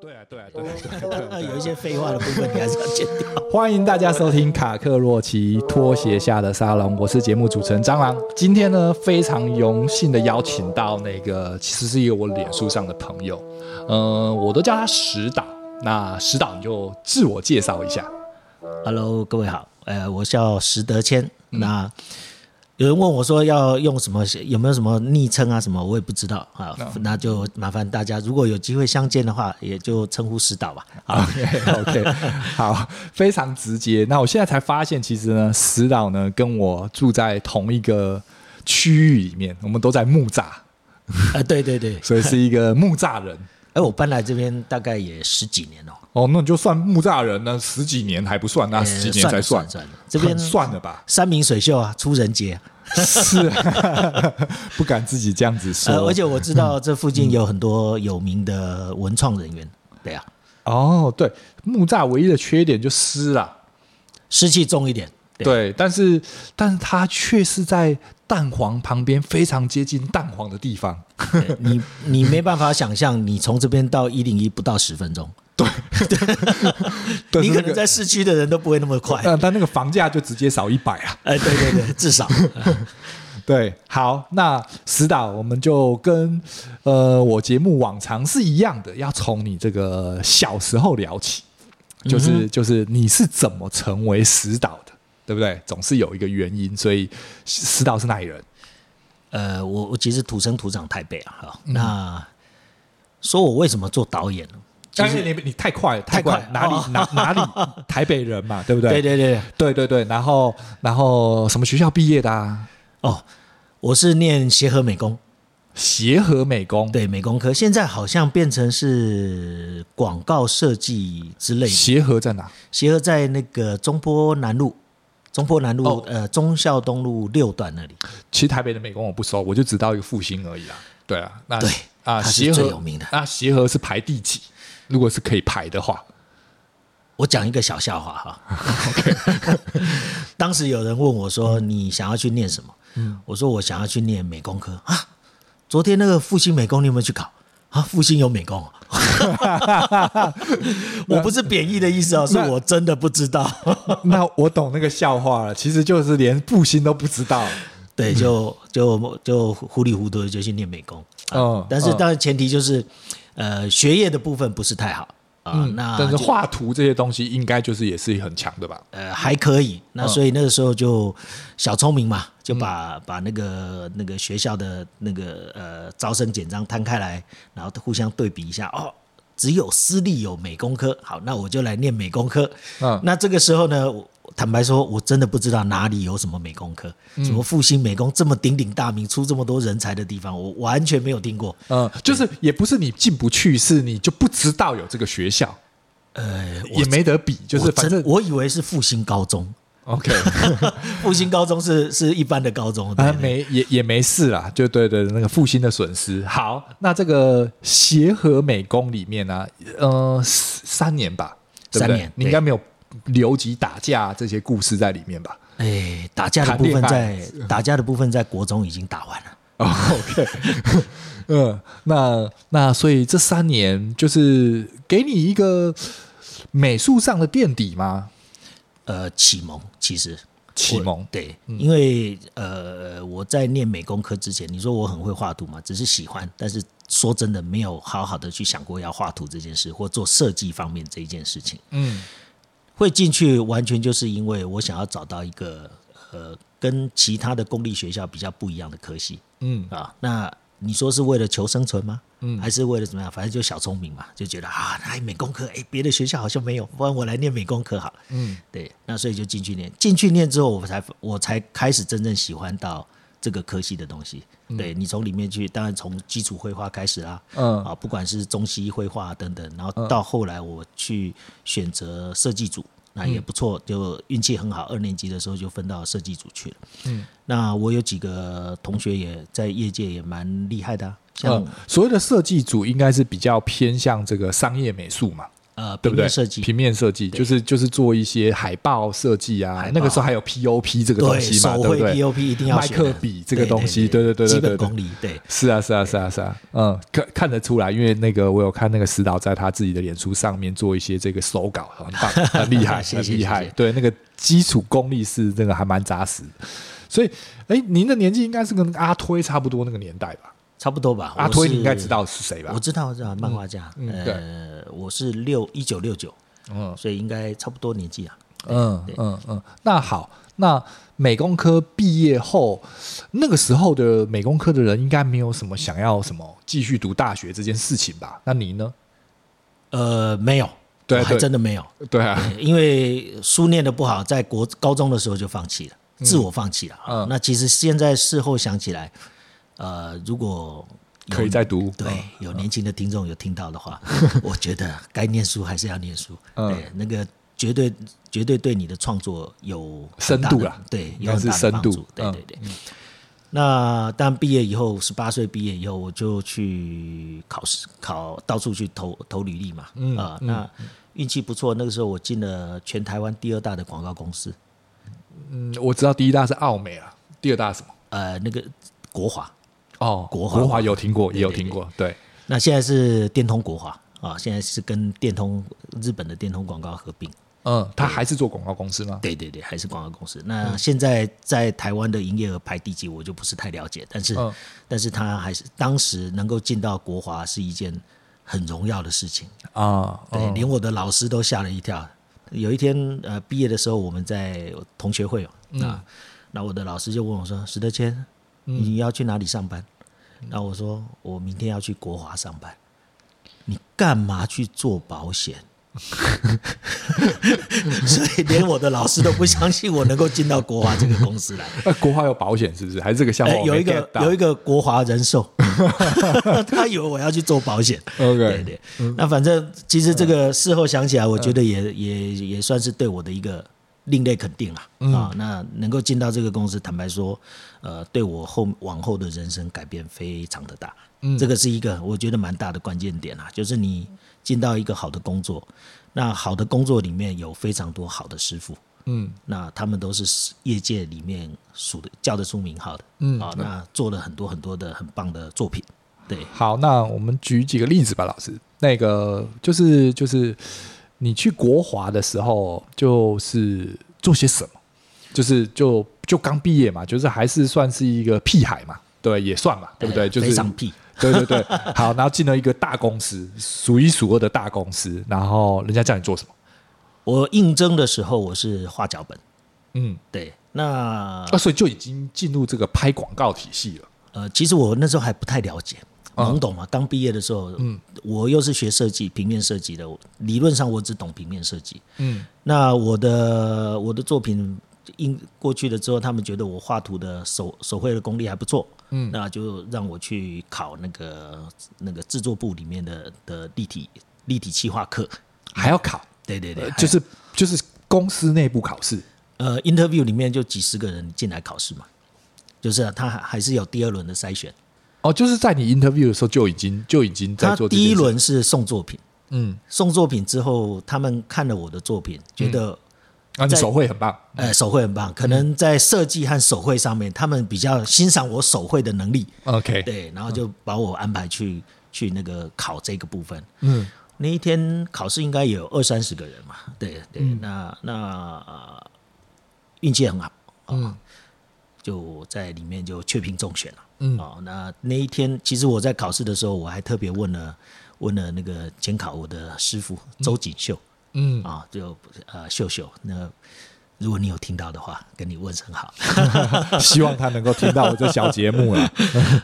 对啊，对啊，对 啊，对啊那有一些废话的部分你还是要剪掉。欢迎大家收听卡克洛奇拖鞋下的沙龙，我是节目主持人蟑螂。今天呢，非常荣幸的邀请到那个其实是一个我脸书上的朋友，呃，我都叫他石导。那石导，你就自我介绍一下。 Hello，各位好，呃，我叫石德谦。那有人问我说要用什么，有没有什么昵称啊什么，我也不知道啊。那就麻烦大家，如果有机会相见的话，也就称呼石 导吧。啊， OK，好，非常直接。那我现在才发现，其实呢，石导呢跟我住在同一个区域里面，我们都在木栅，呃，对对对，所以是一个木栅人。哎，我搬来这边大概也十几年了，哦，那你就算木栅人呢，十几年还不算，那呃十几年才算了算算了，这边很算了吧？山明水秀啊，出人杰啊、是， 不敢自己这样子说。呃，而且我知 道这附近有很多有名的文创人员，对啊，哦，对，木栅唯一的缺点就湿啦。湿气重一点，对对，但是但是它却是在蛋黄旁边，非常接近蛋黄的地方。对你你没办法想象，你从这边到一零一不到十分钟， 但是你那可个能在市区的人都不会那么快。呃，但那个房价就直接少一百啊。哎，对对对，至少对，好，那石导，我们就跟呃我节目往常是一样的，要从你这个小时候聊起，就是、就是你是怎么成为石导的，对不对？总是有一个原因，所以石石导是哪里人？呃，我我其实土生土长台北啊，哈，嗯那说我为什么做导演呢？但是你你太快了，太快了，太快哪里、哪哪里 台北人嘛，对不对？对对对，对对对然后然后什么学校毕业的啊？哦，我是念协和美工，协和美工，对美工科，现在好像变成是广告设计之类的。协和在哪？协和在那个中波南路，中波南路、哦呃忠孝东路六段那里，其实台北的美工我不熟，我就只到一个复兴而已啦。对啊，那对啊，它是协和最有名的那协和是排第几？如果是可以排的话，我讲一个小笑话哈。 当时有人问我说：“嗯你想要去念什么？”我说：“我想要去念美工科啊。”昨天那个复兴美工你有没有去考啊？复兴有美工哦、 我不是贬义的意思哦，是那我真的不 知道。 那我懂那个笑话了。其实就是连复兴都不知道。对，就就就糊里糊涂的就去念美工。啊嗯但是嗯当然前提就是，呃，学业的部分不是太好啊、那嗯但是就画图这些东西应该就是也是很强的吧？呃还可嗯以。那所以那个时候就小聪明嘛，就把、把那个那个学校的那个呃招生简章摊开来，然后互相对比一下哦。只有私立有美工科，好，那我就来念美工科。嗯那这个时候呢，我坦白说，我真的不知道哪里有什么美工科，嗯什么复兴美工这么鼎鼎大名、出这么多人才的地方，我完全没有听过。嗯，就是也不是你进不去，是你就不知道有这个学校，呃，我也没得比，就是我反真正我以为是复兴高 中， OK 复兴高中是是一般的高中，对啊，对没也也没事啦，就对对，那个复兴的损失。好，那这个协和美工里面呢、呃，三年吧，对不对三年你应该没有留级打架这些故事在里面吧？哎，打架的部分谈在嗯恋打架的部分在国中已经打完了。哦、OK，嗯，那那所以这三年就是给你一个美术上的垫底吗？呃，启蒙其实启蒙嗯我对，因为呃，我在念美工科之前，你说我很会画图嘛，只是喜欢，但是说真的，没有好好的去想过要画图这件事，或做设计方面这一件事情。嗯，会进去完全就是因为我想要找到一个呃，跟其他的公立学校比较不一样的科系。嗯啊，那你说是为了求生存吗？嗯，还是为了怎么样？反正就小聪明嘛，就觉得啊，那美工科，哎，别的学校好像没有，不然我来念美工科好了。嗯，对，那所以就进去念，进去念之后，我才我才开始真正喜欢到这个科系的东西。对你从里面去，当然从基础绘画开始啦，嗯啊，不管是中西绘画等等，然后到后来我去选择设计组那嗯也不错，就运气很好，二年级的时候就分到设计组去了。嗯，那我有几个同学也在业界也蛮厉害的、啊，像呃，所谓的设计组应该是比较偏向这个商业美术嘛，呃对平不对？面设计，平面设计就是就是做一些海报设计啊海，报那个时候还有 POP 这个东对西嘛，对手不绘对？ POP 一定要麦学克的笔这个东西，对对对基对本对对功。力对。是啊，是啊，是啊，是啊，嗯，看看得出来，因为那个我有看那个石导在他自己的脸书上面做一些这个手稿，很 棒，很厉害，谢谢很厉害谢谢，对，那个基础功力是那个还蛮扎实的，所以，哎，您的年纪应该是跟阿推差不多那个年代吧？差不多吧。阿我推哦是你应该知，道是谁吧我？知道，我知道漫画家。嗯嗯呃，我是六一九六九，嗯所以应该差不多年纪啊。嗯嗯嗯，那好，那美工科毕业后，那个时候的美工科的人应该没有什么想要什么继续读大学这件事情吧？那你呢？呃，没有，对我还对真的没有，对啊，呃因为书念的不好，在国高中的时候就放弃了，自我放弃了啊。嗯那其实现在事后想起来，呃，如果有可以再读，嗯对，有年轻的听众有听到 的话，我觉得该念书还是要念书。嗯对，那个绝对绝对对你的创作有很深大的度啦对，应有该很是大的深帮度助。对嗯对对。那但毕业以后，十八岁毕业以后，我就去考试，考到处去投投履历嘛。嗯啊、嗯那运气不错，那个时候我进了全台湾第二大的广告公司，嗯，我知道第一大是奥美啊，第二大是什么？呃，那个国华。哦，国华华国华有听过，也有对对听过，对，那现在是电通国华啊，现在是跟电通日本的电通广告合并。嗯，他还是做广告公司吗？嗯对对对，还是广告公司。那现在在台湾的营业额排第几，我就不是太了解。但是，嗯但是他还是当时能够进到国华是一件很荣耀的事情。啊，对，哦嗯连我的老师都吓了一跳。有一天，呃，毕业的时候我们在同学会哦，嗯那、那我的老师就问我说：“石德谦，你要去哪里上班？”那我说：“我明天要去国华上班。”你干嘛去做 保险？所以连我的老师都不相信我能够进到国华这个公 司来。呃，国华有保险是不是？还是这个项目呃，我没有一 get 个到有一个国华 人寿，他以为我要去做保险。对 OK，对，那反正其实这个事后想起来，我觉得嗯也、也也算是对我的一个另类肯定了、嗯啊。那能够进到这个公司，坦白说，呃，对我后往后的人生改变非常的大。嗯这个是一个我觉得蛮大的关键点啊，就是你进到一个好的工作，那好的工作里面有非常多好的师傅，嗯那他们都是业界里面数的叫得出名号的，嗯啊，那做了很多很多的很棒的作品，对。好，那我们举几个例子吧，老师。那个就是就是你去国华的时候，就是做些什么？就是就就刚毕业嘛，就是还是算是一个屁孩嘛，对，也算嘛，对不对？呃就是非常屁，对对对，好，然后进了一个大公司，数一数二的大公司，然后人家叫你做什么？我应征的时候我是画脚本，嗯，对，那啊，所以就已经进入这个拍广告体系了。呃，其实我那时候还不太了解，懵懂嘛，刚毕业的时候，嗯，我又是学设计，平面设计的，我理论上我只懂平面设计。嗯那我的我的作品应过去了之后，他们觉得我画图的手手绘的功力还不错，嗯那就让我去考那个那个制作部里面的的立体立体企划课。还要考，对对对，呃还就是就是公司内部考试。呃，interview 里面就几十个人进来考试嘛，就是、啊、他还还是有第二轮的筛选，哦，就是在你 interview 的时候就已经就已经在他做这第一件事，轮是送作品，嗯，送作品之后，他们看了我的作品，觉得、啊，你在手绘很棒，呃手绘很棒，可能在设计和手绘上面，他们比较欣赏我手绘的能力， ，OK，对，然后就把我安排去去那个考这个部分。嗯那一天考试应该有二三十个人嘛，对对，那那、呃运气很好，嗯就在里面就确评中选了。嗯哦，那那一天，其实我在考试的时候，我还特别问了问了那个监考我的师傅周锦秀啊、嗯，就呃秀秀，那如果你有听到的话，跟你问声好希望他能够听到我这小节目 了。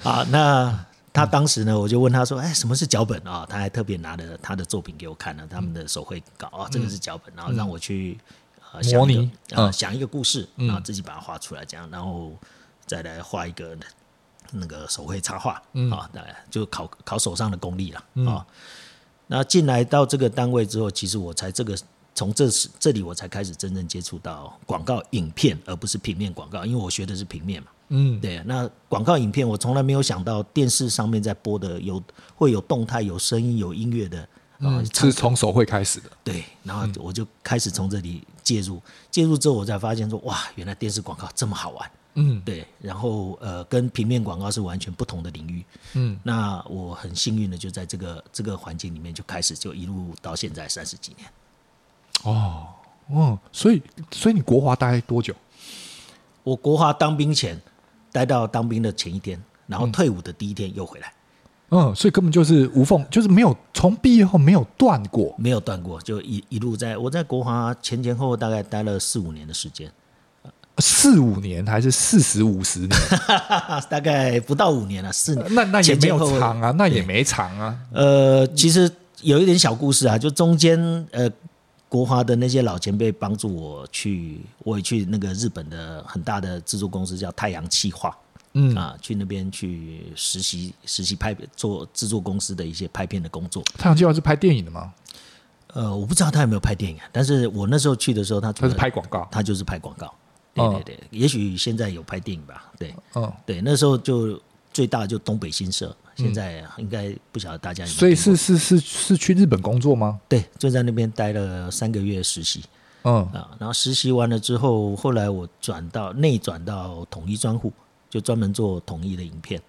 啊。那他当时呢，我就问他说：“哎，什么是脚本啊、他还特别拿了他的作品给我看了，他们的手绘稿啊、哦，这个是脚本，然后让我去呃嗯想模一个拟啊、嗯想一个故事，然后自己把它画出来，这样，然后再来画一个那个手绘插画，嗯啊，当然就考考手上的功力了啊。那进来到这个单位之后，其实我才这个从这时这里我才开始真正接触到广告影片，而不是平面广告，因为我学的是平面嘛。嗯，对，那广告影片我从来没有想到电视上面在播的有会有动态、有声音、有音乐的，啊嗯，是从手绘开始的。对，然嗯后我就开始从这里介入，介入之后我才发现说，哇，原来电视广告这么好玩。嗯对，然后呃，跟平面广告是完全不同的领域。嗯，那我很幸运的就在这个这个环境里面就开始就一路到现在三十几年，哦，嗯，所以所以你国华待多久？我国华当兵前待到当兵的前一天，然后退伍的第一天又回来，嗯，所以根本就是无缝，就是没有从毕业后没有断过。没有断过，就一一路在我在国华前前后后大概待了四五年的时间，四五年还是四十五十 年？大概不到五年了，四年。那那也没有前前后后长啊，那也没长啊。呃，其实有一点小故事啊，就中间呃，国华的那些老前辈帮助我去，我也去那个日本的很大的制作公司叫太阳气化，嗯啊，去那边去实习实习拍做制作公司的一些拍片的工作。太阳计划是拍电影的吗？呃，我不知道他有没有拍电影、啊，但是我那时候去的时候，他主它要是拍广告。他就是拍广告，哦对对对，也许现在有拍电影吧，对嗯，对，那时候就最大的就东北新社，现在应该不晓得大家有没有听过，所以是是是是去日本工作吗？对，就在那边待了三个月实习嗯啊，然后实习完了之后，后来我转到内转到统一专户，就专门做统一的影片。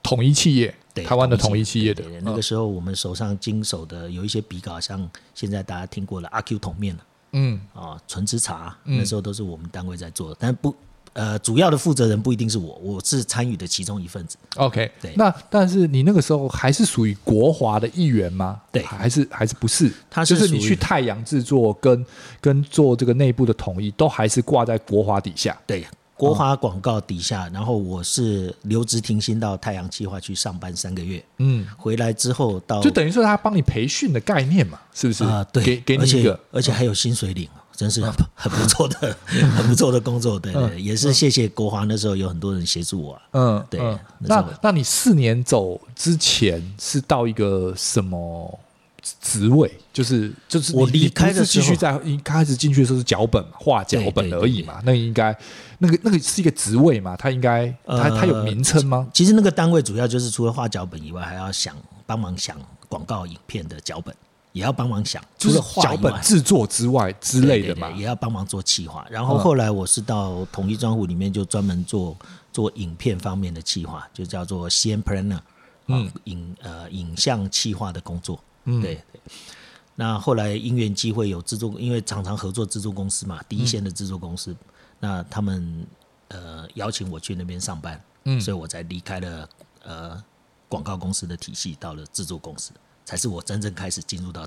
统一企业对，，台湾的统一企业的啊对对对那个时候我们手上经手的有一些笔稿，像现在大家听过了阿 Q 桶面嗯，啊，纯之茶，那时候都是我们单位在做的，但不呃，主要的负责人不一定是我，我是参与的其中一份子。 OK，对那但是你那个时候还是属于国华的一员吗？对还是还是不是？它就是是你属于去太阳制作跟跟做这个内部的统一，都还是挂在国华底下。对，国华广告底哦下，然后我是留职停薪到太阳计划去上班三个月，嗯，回来之后到就等于说他帮你培训的概念嘛，是不是？哦啊、对，给给而你且一个，嗯而且还有薪水领，哦真是很 很不错的，很不错的工作。对对对，也是谢谢国华那时候有很多人协助我啊、嗯，对嗯那那时候那你四年走之前是到一个什么职位？就是就是你我离开的你不是继时候续在一开始进去的时候是脚本嘛，画脚本对对而已嘛。那应该那个那个是一个职位嘛？它应该它它有呃名称吗？其实那个单位主要就是除了画脚本以外，还要想帮忙想广告影片的脚本，也要帮忙想，就除是了画脚以本外制作之外之对类对的对嘛。嗯也要帮忙做企划。然后后来我是到统一专户里面就专门做做影片方面的企划，就叫做 CM Planner，嗯，影呃影像企划的工作，嗯，对对。那后来因缘机会有制作，因为常常合作制作公司嗯嘛，第一线的制作公司，那他们呃邀请我去那边上班，嗯，所以我才离开了呃广告公司的体系，到了制作公司，才是我真正开始进入到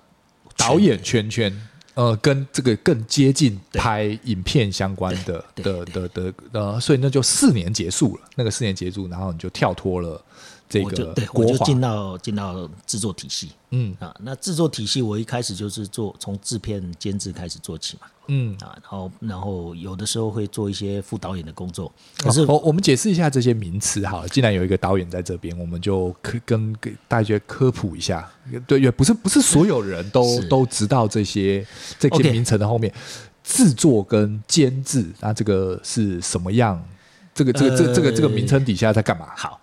导演圈圈，呃，跟这个更接近对拍影片相关的的对的的呃，所以那就四年结束了，那个四年结束，然后你就跳脱了这我就个对，我国就华，进到进到制作体系嗯啊。那制作体系，我一开始就是做从制片、监制开始做起嘛嗯。啊，然后然后有的时候会做一些副导演的工作，可可是是我我们解释一下这些名词好了，既然有一个导演在这边，我们就科跟跟大家科普一下。对，也不是不是所有人都 是都知道这些这些 OK 名词的后面，制作跟监制，那这个是什么样？这个这个这个这个这个名称底下在干嘛？呃好，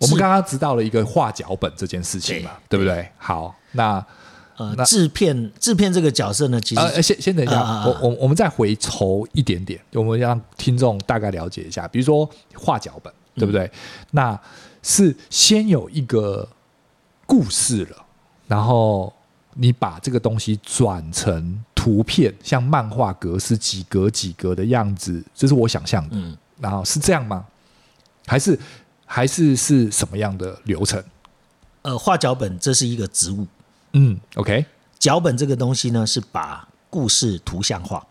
我们刚刚知道了一个画脚本这件事情嘛，对不对？好，那呃那，制片制片这个角色呢，其实呃，先先等一下，啊啊啊我我我们再回头一点点，我们让听众大概了解一下，比如说画脚本，对不嗯对？那是先有一个故事了，然后你把这个东西转成图片，像漫画格式几格几格的样子，这是我想象的。嗯然后是这样吗？还是还是是什么样的流程？呃，画脚本这是一个职务，嗯，OK，脚本这个东西呢是把故事图像化，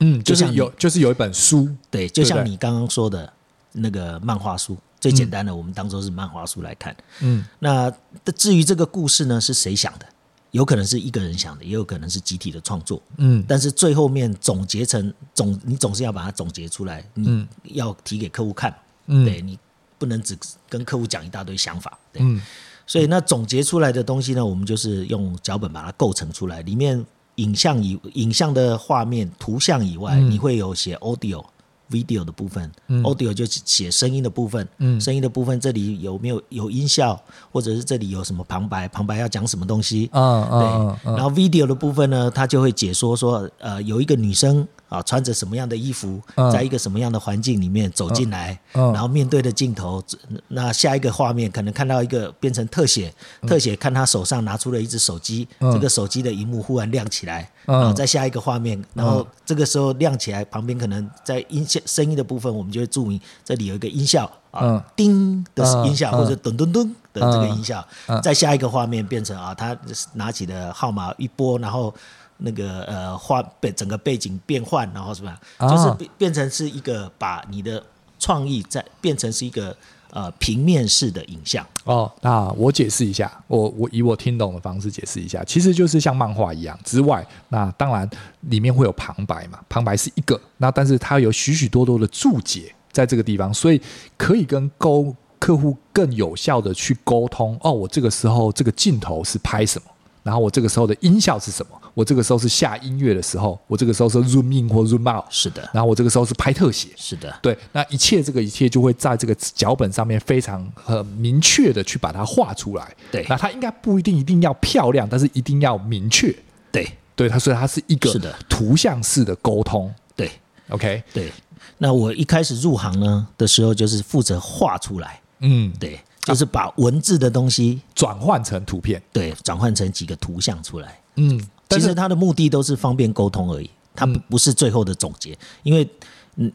嗯，就就是像你有就是有一本书，对，对就像不对你刚刚说的那个漫画书，最简单的我们当做是漫画书来看，嗯那至于这个故事呢，是谁想的？有可能是一个人想的，也有可能是集体的创作。嗯但是最后面总结成总，你总是要把它总结出来，你要提给客户看。嗯对你不能只跟客户讲一大堆想法。对，嗯所以那总结出来的东西呢，我们就是用脚本把它构成出来，里面影像以影像的画面、图像以外，嗯你会有写 audio、video 的部分、嗯 a u d i o 就写声音的部分，嗯声音的部分这里有没有有音效，或者是这里有什么旁白，旁白要讲什么东西，嗯嗯对，然后 video 的部分呢，它就会解说说，呃，有一个女生啊，穿着什么样的衣服嗯，在一个什么样的环境里面走进来，嗯嗯然后面对的镜头，那下一个画面可能看到一个变成特写，特写看她手上拿出了一只手机，嗯这个手机的荧幕忽然亮起来，嗯然后再下一个画面，然后这个时候亮起来，旁边可能在音效声音的部分，我们就会注明这里有一个音效嗯啊，叮的音效嗯或者咚咚咚的这个嗯音效嗯，再下一个画面变成啊，他拿起的号码一拨，然后那个呃画背整个背景变换，然后什么，啊就是变变成是一个把你的创意在变成是一个呃平面式的影像。哦，那我解释一下，我我以我听懂的方式解释一下，其实就是像漫画一样之外，那当然里面会有旁白嘛，旁白是一个，那但是它有许许多多的注解在这个地方，所以可以跟沟客户更有效的去沟通。哦，我这个时候这个镜头是拍什么？然后我这个时候的音效是什么？我这个时候是下音乐的时候，我这个时候是 zoom in 或 zoom out，是的，然后我这个时候是拍特写，是的，对，那一切这个一切就会在这个脚本上面非常很明确的去把它画出来。对那它应该不一定一定要漂亮，但是一定要明确。对对，它所以它是一个是的图像式的沟通。对 OK，对。那我一开始入行呢的时候，就是负责画出来，嗯，对，就是把文字的东西转换成图片，对转换成几个图像出来。嗯，但其是嗯实它的目的都是方便沟通而已，它不不是最后的总结，因为嗯，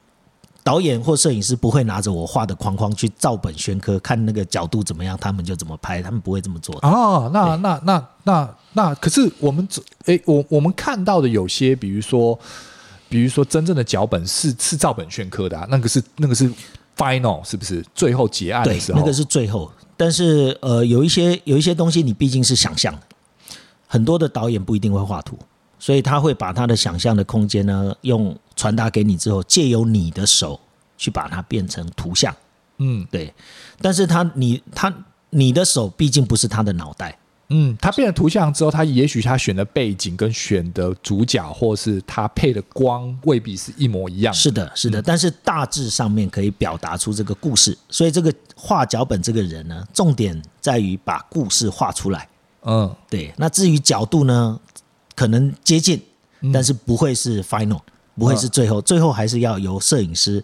导演或摄影师不会拿着我画的框框去照本宣科，看那个角度怎么样，他们就怎么拍，他们不会这么做的。哦，那那那那那，可是我们诶，我我们看到的有些，比如说，比如说真正的脚本是是照本宣科的、啊，那个是那个是 final 是不是？哦最后结案的对，时候，那个是最后，但是呃，有一些有一些东西你毕竟是想象的，很多的导演不一定会画图，所以他会把他的想象的空间呢，用传达给你之后，借由你的手去把它变成图像。嗯对，但是他你他你的手毕竟不是他的脑袋，嗯，他变成图像之后，他也许他选的背景跟选的主角，或是他配的光，未必是一模一样的。是的，是的，但是大致上面可以表达出这个故事，所以这个画脚本这个人呢，重点在于把故事画出来。嗯对，那至于角度呢，可能接近，但是不会是 final，、不会是最后，最后还是要由摄影师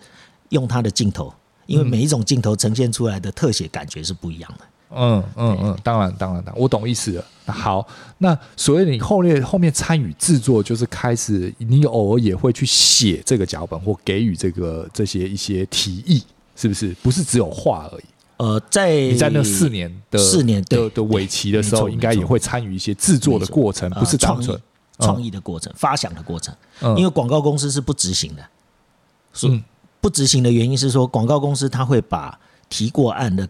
用他的镜头，因为每一种镜头呈现出来的特写感觉是不一样的。嗯嗯嗯，当然当然当然，我懂意思了。那好，那所谓你后面后面参与制作，就是开始你偶尔也会去写这个脚本，或给予这个这些一些提议，是不是？不是只有画而已。呃，在你在那四年的四年对的的尾期的时候，没错应该也会参与一些制作的过程，呃不是单创纯意。创意的过程、发想的过程，嗯因为广告公司是不执行的。是嗯不执行的原因是说，广告公司他会把提过案的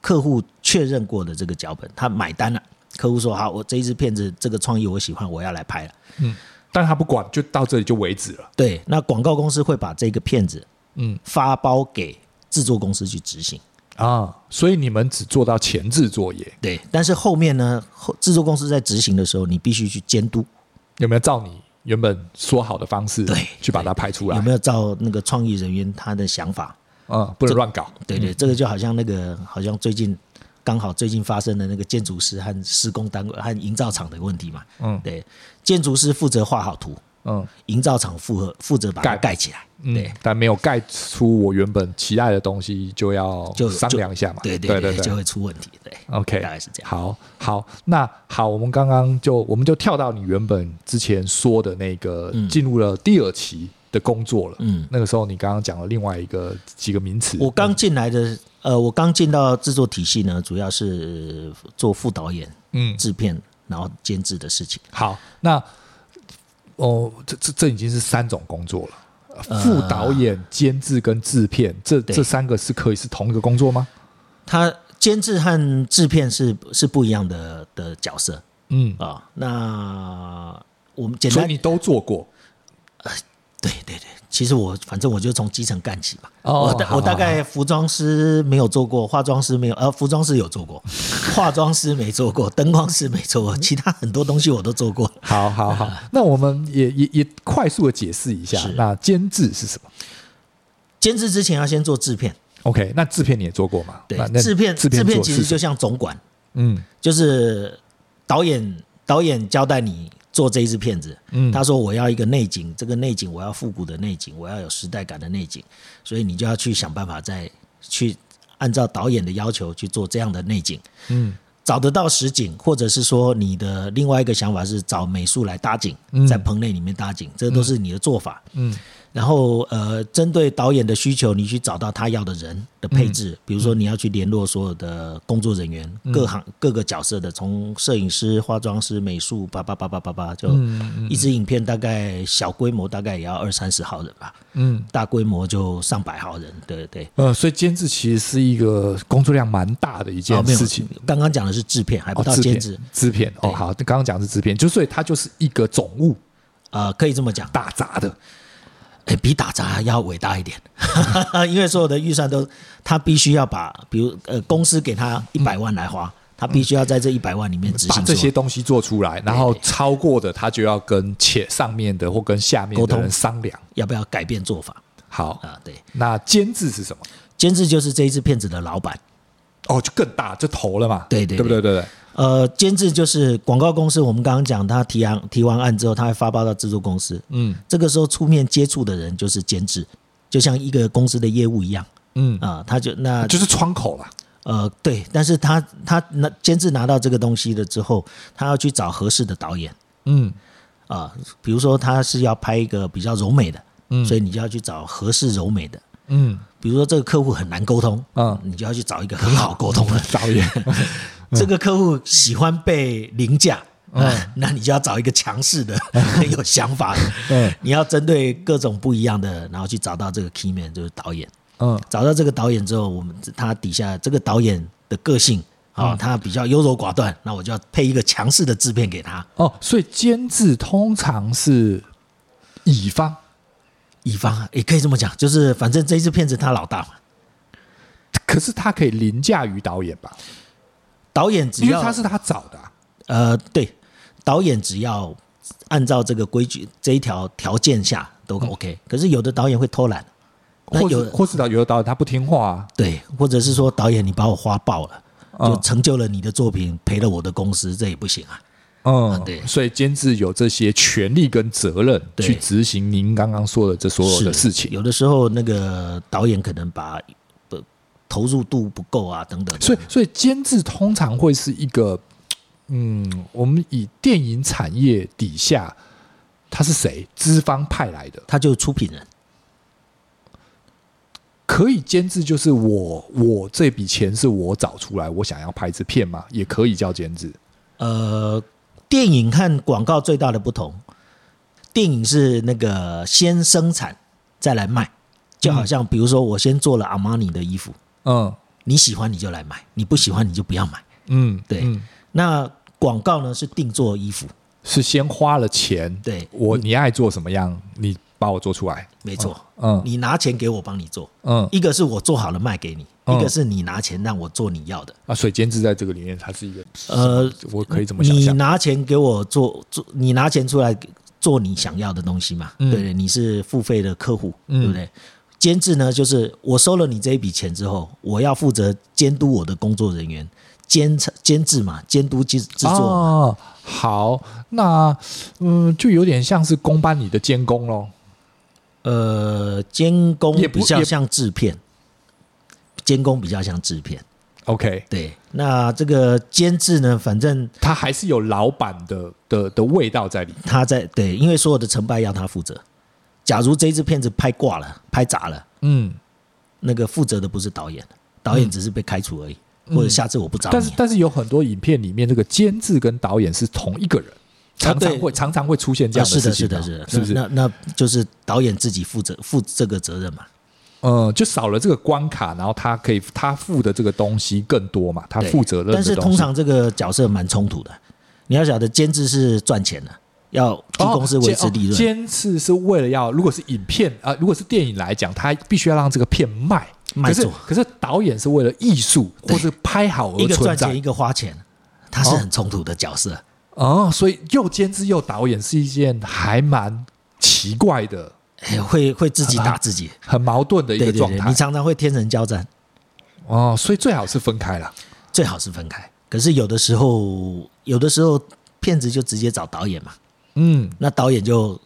客户确认过的这个脚本，他买单了。客户说好，我这一支片子这个创意我喜欢，我要来拍了。但他不管，就到这里就为止了。对，那广告公司会把这个片子嗯，发包给制作公司去执行。啊，所以你们只做到前置作业，对，但是后面呢，后制作公司在执行的时候，你必须去监督有没有照你原本说好的方式，对去把它排出来？有没有照那个创意人员他的想法。嗯，不能乱搞。对对，这个就好像那个，好像最近刚好最近发生的那个建筑师和施工单位和营造厂的问题嘛。嗯对，建筑师负责画好图，嗯营造厂负责负责把它盖盖起来。嗯对，但没有盖出我原本期待的东西，就要就商就量一下嘛。对对对对，就对。嗯会出问题。对 OK，大概是这样。好，好，那好，我们刚刚就我们就跳到你原本之前说的那个嗯进入了第二期的工作了。嗯，那个时候你刚刚讲了另外一个几个名词，我刚进来的，呃，我刚进到制作体系呢，主要是做副导演、嗯制片，然后监制的事情。好，那哦，这这这已经是三种工作了。副导演、监制跟制片，这呃对这三个是可以是同一个工作吗？他监制和制片是是不一样的的角色。嗯啊、那我们简所以单 你都做过。对对对，其实我反正我就从基层干起嘛。哦我大好我大好概服装师没有做过，化妆师没有，呃，服装师有做过，化妆师没做过，灯光师没做过，其他很多东西我都做过。好好 好，那我们也也也快速的解释一下是，那监制是什么监制之前要先做制片， ？OK，那制片你也做过嘛？对那，那制片制制片片做其是实什就么像总管，嗯就是导演导演交代你做这一支片子，嗯，他说我要一个内景，这个内景我要复古的内景，我要有时代感的内景，所以你就要去想办法再去按照导演的要求去做这样的内景，嗯找得到实景，或者是说你的另外一个想法是找美术来搭景嗯，在棚内里面搭景，这都是你的做法。嗯然后呃，针对导演的需求，你去找到他要的人的配嗯置，比如说你要去联络所有的工作人员，各行各个角色的，从摄影师、化妆师、美术，叭叭叭叭叭叭，就嗯一支影片大概小规模大概也要二三十号人吧，嗯大规模就上百号人，对对。呃，所以监制其实是一个工作量蛮大的一件哦没有事情。刚刚讲的是制片，还不哦，到制监片制，制片哦，对好，刚刚讲的是制片，就所以它就是一个总务呃，可以这么讲，打杂的，哎，比打杂要伟大一点， 因为所有的预算都，他必须要把，比如呃，公司给他一百万来花，他必须要在这一百万里面嗯执把行这出些来。东西做出来，然后超过的他就要跟且上面的或跟下面沟的通人商量。要不要改变做法好，啊？对，那监制是什么？监制就是这一支片子的老板，哦，就更大，就投了嘛，对对对不对？对对，呃，监制就是广告公司，我们刚刚讲，他提案提完案之后，他会发包到制作公司，嗯这个时候出面接触的人就是监制，就像一个公司的业务一样嗯，啊、他就那就是窗口啦，呃，对，但是他他拿监制拿到这个东西了之后，他要去找合适的导演嗯啊、比如说他是要拍一个比较柔美的，嗯所以你就要去找合适柔美的。嗯比如说这个客户很难沟通，嗯你就要去找一个很好沟通的。导演， 这个客户喜欢被凌驾，啊那你就要找一个强势的、很有想法的。嗯你要针对各种不一样的，然后去找到这个 key man，就是导演。嗯找到这个导演之后，我们他底下这个导演的个性啊、他比较优柔寡断，那我就要配一个强势的制片给他，哦，所以监制通常是乙方，以防也可以这么讲，就是反正这一支片子他老大嘛，可是他可以凌驾于导演吧？导演只因为要他是他找的啊、呃对，导演只要按照这个规矩这一条条件下都嗯 OK，、可是有的导演会偷懒，那或有是或是导有的导演他不听话啊，对，或者是说导演你把我花爆了，就嗯成就了你的作品，赔了我的公司，这也不行啊。嗯，对所以监制有这些权利跟责任对去执行您刚刚说的这所有的事情，有的时候那个导演可能把不投入度不够啊，等等的。所以所以监制通常会是一个，嗯，我们以电影产业底下他是谁资方派来的，他就是出品人，可以监制就是我我这笔钱是我找出来，我想要拍这片嘛，也可以叫监制，呃，电影和广告最大的不同，电影是那个先生产再来卖，就好像比如说我先做了阿玛尼的衣服，嗯你喜欢你就来买，你不喜欢你就不要买。嗯，对嗯那广告呢是定做衣服，是先花了钱，对我你爱做什么样，你把我做出来，没错，嗯你拿钱给我帮你做，嗯一个是我做好了卖给你，嗯一个是你拿钱让我做你要的。啊，所以监制在这个里面，它是一个，呃，我可以这么想你象，拿钱给我做做，你拿钱出来做你想要的东西嘛？嗯对不对，你是付费的客户，嗯对不对？监制呢，就是我收了你这一笔钱之后，我要负责监督我的工作人员，监监制嘛，监督制制作嘛。哦，好，那嗯，就有点像是公班里的监工喽。呃，监工也不比较也像制片，监工比较像制片。 OK，对，那这个监制呢，反正他还是有老板的的的味道在里面。他在对，因为所有的成败要他负责。假如这一支片子拍挂了，拍砸了。嗯，那个负责的不是导演，导演只是被开除而已，或者下次我不找嗯但你是。但是有很多影片里面，这个监制跟导演是同一个人，常常对会常常会出现这啊样是事的，情是啊，的，是的，是不是？那那那就是导演自己负责负这个责任嘛？嗯，就少了这个关卡，然后他可以他付的这个东西更多嘛，他对啊负责任的但是东通西常这个角色蛮冲突的，你要晓得，监制是赚钱的，要替公司哦维持利润。监视是为了要，如果是影片啊、呃如果是电影来讲，它必须要让这个片卖。卖可是座可是导演是为了艺术或是拍好一而个赚存钱，一在个花钱，他是很冲突的角色。哦，所以又监制又导演是一件还蛮奇怪的、哎，会会自己打自己，很矛盾的一对个对状对，态你常常会天人交战，哦，所以最好是分开了。最好是分开。可是有的时候，有的时候骗子就直接找导演嘛，嗯，那导演就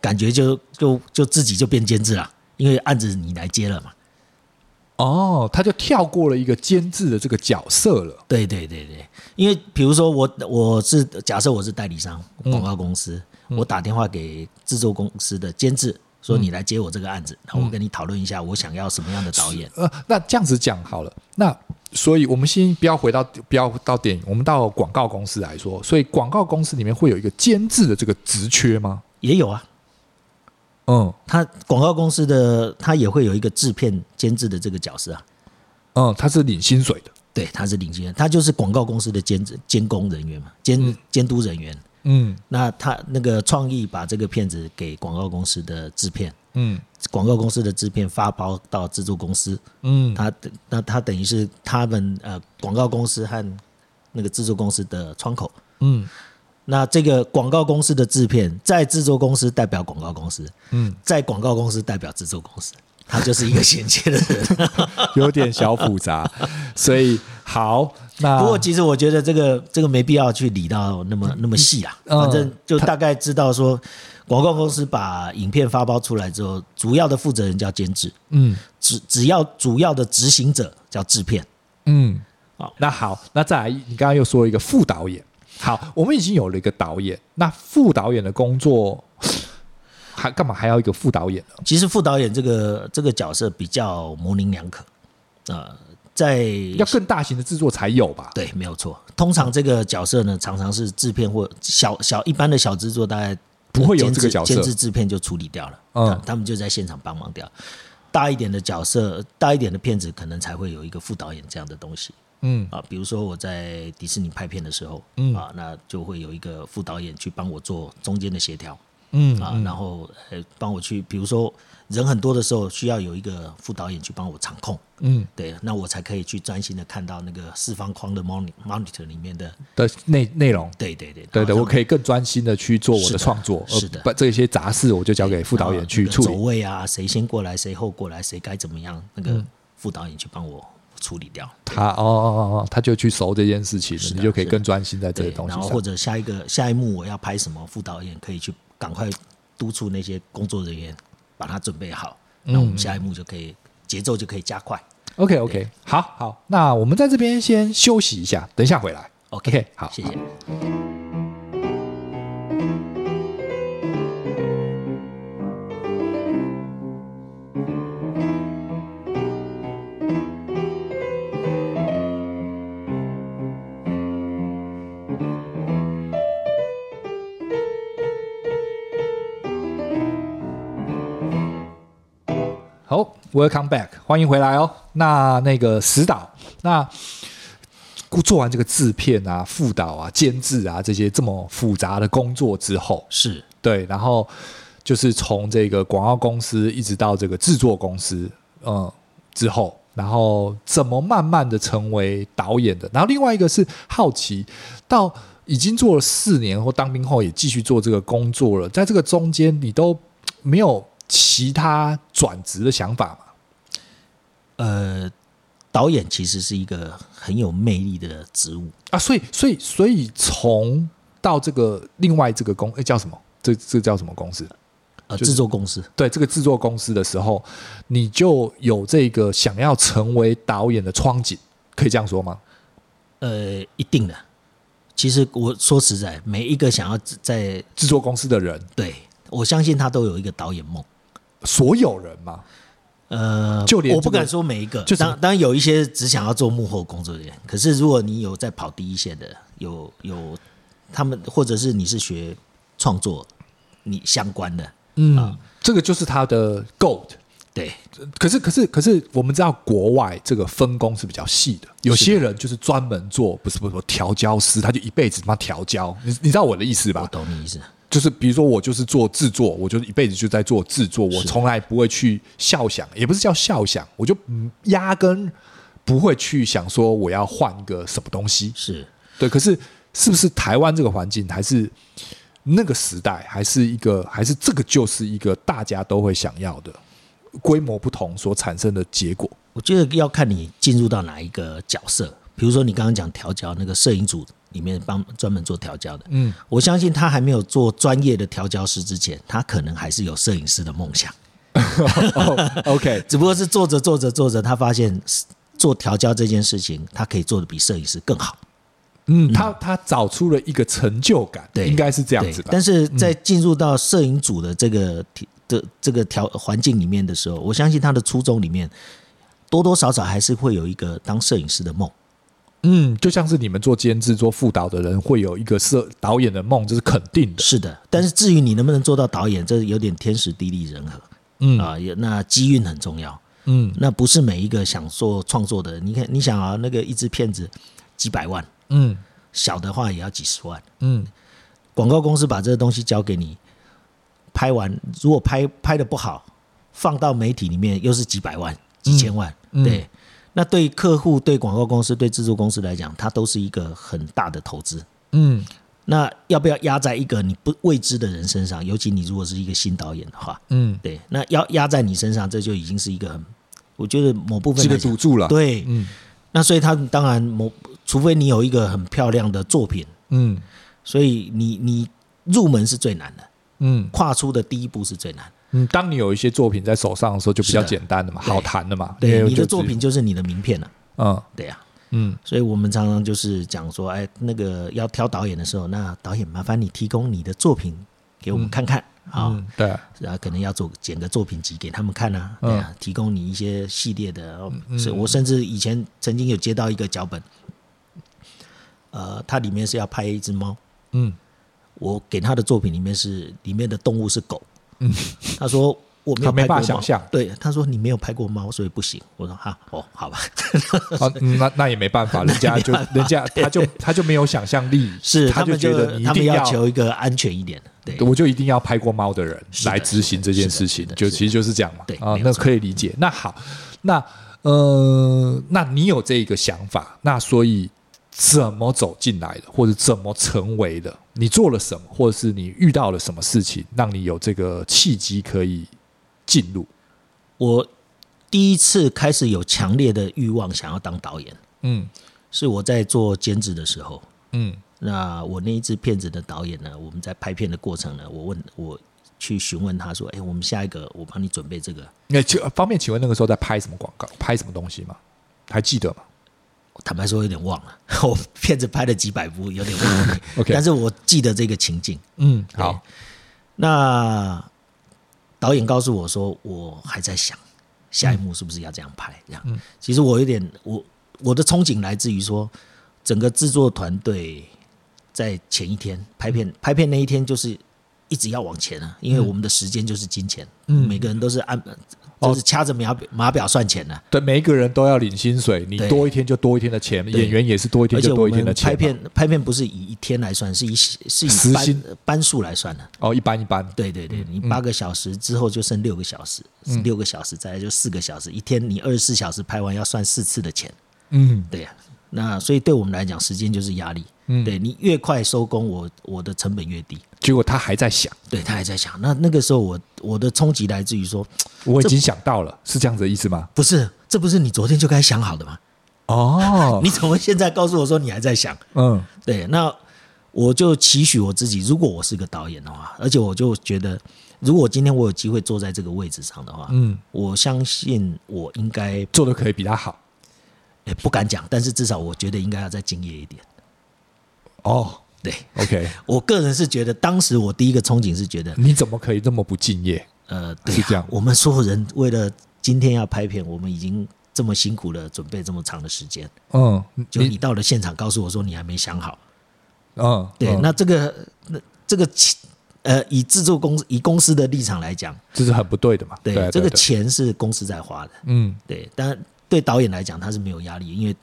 感觉就就就自己就变监制了，因为案子你来接了嘛。哦，他就跳过了一个监制的这个角色了。对对对对，因为比如说我我是假设我是代理商广告公司，我打电话给制作公司的监制说你来接我这个案子，然后我跟你讨论一下我想要什么样的导演。呃，那这样子讲好了，那所以我们先不要回到不要到电影，我们到广告公司来说，所以广告公司里面会有一个监制的这个职缺吗？也有啊，嗯他广告公司的他也会有一个制片监制的这个角色啊，嗯，他是领薪水的。对，他是领先，他就是广告公司的监制监工人员嘛，监、监督人员。嗯那他那个创意把这个片子给广告公司的制片，嗯广告公司的制片发包到制作公司，嗯，他等那他等于是他们呃广告公司和那个制作公司的窗口。嗯那这个广告公司的制片在制作公司代表广告公司，嗯，在广告公司代表制作公司，他就是一个衔接的人。有点小复杂， 所以好，那不过其实我觉得这个这个没必要去理到那么那么细啦，啊嗯反正就大概知道说，广告公司把影片发包出来之后，主要的负责人叫监制，嗯只只要主要的执行者叫制片。嗯，好那好，那再来，你刚刚又说一个副导演。好，我们已经有了一个导演，那副导演的工作还干嘛还要一个副导演呢？其实副导演这个这个角色比较模棱两可，呃，在要更大型的制作才有吧？对，没有错。通常这个角色呢，常常是制片或小小一般的小制作，大概不会有监这个制角色监制制片就处理掉了，嗯嗯，他们就在现场帮忙掉。大一点的角色，大一点的片子，可能才会有一个副导演这样的东西嗯啊。比如说我在迪士尼拍片的时候，嗯啊，那就会有一个副导演去帮我做中间的协调嗯啊，然后呃帮我去，比如说人很多的时候，需要有一个副导演去帮我场控。嗯对，那我才可以去专心的看到那个四方框的 monitor monitor 里面的，的内内容。对对对，对对，我可以以更专心的去做我的是的创作，是的而把这些杂事我就交给副导演去处走理。位啊，谁先过来，谁后过来，谁该怎么样，那嗯个副导演去帮我处理掉。他哦哦哦哦，他就去熟这件事情了，是的你就可以是的更专心在这些对，东西然上后。或者下一个下一幕我要拍什么，副导演可以去赶快督促那些工作人员把它准备好，那我们下一幕就可以节奏就可以加快。 OK OK，好好，那我们在这边先休息一下，等一下回来。 OK，, OK，好谢谢。好，Welcome back，欢迎回来哦。那那个石导，那做完这个制片啊、副导啊、监制啊这些这么复杂的工作之后，是对，然后就是从这个广告公司一直到这个制作公司，嗯，之后，然后怎么慢慢的成为导演的？然后另外一个是好奇，到已经做了四年或当兵后也继续做这个工作了，在这个中间你都没有其他转职的想法吗？呃，导演其实是一个很有魅力的职务。啊，所以所以所以从到这个另外这个公诶叫什么？这这叫什么公司？呃，就是制作公司对这个制作公司的时候，你就有这个想要成为导演的憧憬，可以这样说吗？呃，一定的。其实我说实在，每一个想要在制作公司的人，对我相信他都有一个导演梦。所有人嘛，呃，就连我这不个敢说每一个，就是当当然有一些只想要做幕后工作的人，可是如果你有在跑第一线的，有有他们，或者是你是学创作你相关的，嗯，这个就是他的 gold。对，可是，可是，可是，我们知道国外这个分工是比较细的，有些人就是专门做，不是不是不是调教师，他就一辈子他妈调教，你你知道我的意思我吧？懂你意思。就是比如说我就是做制作，我就是一辈子就在做制作，我从来不会去笑想，也不是叫笑想，我就嗯压根不会去想说我要换一个什么东西。是对，可是是不是台湾这个环境，还是那个时代，还是一个，还是这个就是一个大家都会想要的规模不同所产生的结果？ 我觉得要看你进入到哪一个角色。比如说你刚刚讲调教那个摄影组里面帮专门做调教的，嗯，我相信他还没有做专业的调教师之前，他可能还是有摄影师的梦想，哦 OK，只不过是做着做着做着，他发现做调教这件事情，他可以做的比摄影师更好。嗯，他他找出了一个成就感，对，应该是这样对子吧？嗯但是在进入到摄影组的这个体的这个条环境里面的时候，我相信他的初衷里面多多少少还是会有一个当摄影师的梦。嗯，就像是你们做监制、做副导的人，会有一个摄导演的梦，这是肯定的。是的，但是至于你能不能做到导演，这有点天时地利人和。嗯啊、也那机运很重要。嗯那不是每一个想做创作的人，你看，你想啊，那个一支片子几百万，嗯小的话也要几十万。嗯，广告公司把这个东西交给你，拍完如果拍拍的不好，放到媒体里面又是几百万、几千万，嗯对。那对客户、对广告公司、对制作公司来讲，它都是一个很大的投资。嗯那要不要压在一个你不未知的人身上？尤其你如果是一个新导演的话，嗯，对，那要压在你身上，这就已经是一个很，我觉得某部分这来个讲赌注了。，对，嗯那所以他当然某，除非你有一个很漂亮的作品，嗯所以你你入门是最难的，嗯跨出的第一步是最难的。嗯，当你有一些作品在手上的时候，就比较是的简单的嘛，对好谈的嘛。因对，为你的就作只品，就是你的名片了、啊嗯对呀、嗯。所以我们常常就是讲说，哎，那个要挑导演的时候，那导演麻烦你提供你的作品给我们看看啊。嗯，对，然后可能要做剪个作品集给他们看啊，嗯对啊，提供你一些系列的。哦是我甚至以前曾经有接到一个脚本，呃，它里面是要拍一只猫， 嗯我给他的作品里面是里面的动物是狗，嗯，他说我没有他没拍过办法想猫象对，他说你没有拍过猫，所以不行。我说哈，哦，好吧，啊，嗯那那也没办法，人家 就人家他就他就没有想象力，是他们觉得你一他们定要求一个安全一点的，对，我就一定要拍过猫的人是的来执行这件事情是的，是的就是的其实就是这样嘛对。啊没，有那错可以理解。那好，那呃，那你有这一个想法，那所以怎么走进来的，或者怎么成为的？你做了什么，或者是你遇到了什么事情，让你有这个契机可以进入？我第一次开始有强烈的欲望想要当导演，嗯是我在做监制的时候。嗯那我那一支片子的导演呢，我们在拍片的过程呢，我问我去询问他说：“哎、我们下一个我帮你准备这个。那哎请方便请问那个时候在拍什么广告，拍什么东西吗？还记得吗”我坦白说有点忘了， 我片子拍了几百部，有点忘了。 ？OK，但是我记得这个情境。嗯，好，那导演告诉我说，我还在想下一幕是不是要这样拍。这嗯样，其实我有点我我的憧憬来自于说，整个制作团队在前一天拍嗯片拍片那一天就是。一直要往前啊，因为我们的时间就是金钱，嗯每个人都是按，哦就是掐着码表码表算钱的、啊对，每一个人都要领薪水，你对多一天就多一天的钱，对演员也是多一天而且就我多一天的们钱嘛。拍片拍片不是以一天来算，是以是时以班薪嗯班数来算的、哦，一般一般。对对对，你八个小时之后就剩六个小时，嗯六个小时再来就四个小时，一天你二十四小时拍完要算四次的钱，嗯对呀、那所以对我们来讲，时间就是压力。嗯，对你越快收工，我我的成本越低。结果他还在想，对他还在想，那那个时候我我的冲击来自于说，我已经想到了，是这样子的意思吗？不是，这不是你昨天就该想好的吗？哦，你怎么现在告诉我说你还在想？嗯对，那我就期许我自己，如果我是个导演的话，而且我就觉得，如果今天我有机会坐在这个位置上的话，嗯，我相信我应该做的可以比他好。诶不敢讲，但是至少我觉得应该要再敬业一点。哦对，OK，我个人是觉得，当时我第一个憧憬是觉得，你怎么可以这么不敬业？呃，对、啊，是这样我们所有人为了今天要拍片，我们已经这么辛苦了，准备这么长的时间，嗯，就你到了现场告诉我说你还没想好，嗯，对，嗯那这个那这个呃，以制作公司以公司的立场来讲，这是很不对的嘛。对，对，这个对钱是公司在花的，嗯对，但对导演来讲他是没有压力，因为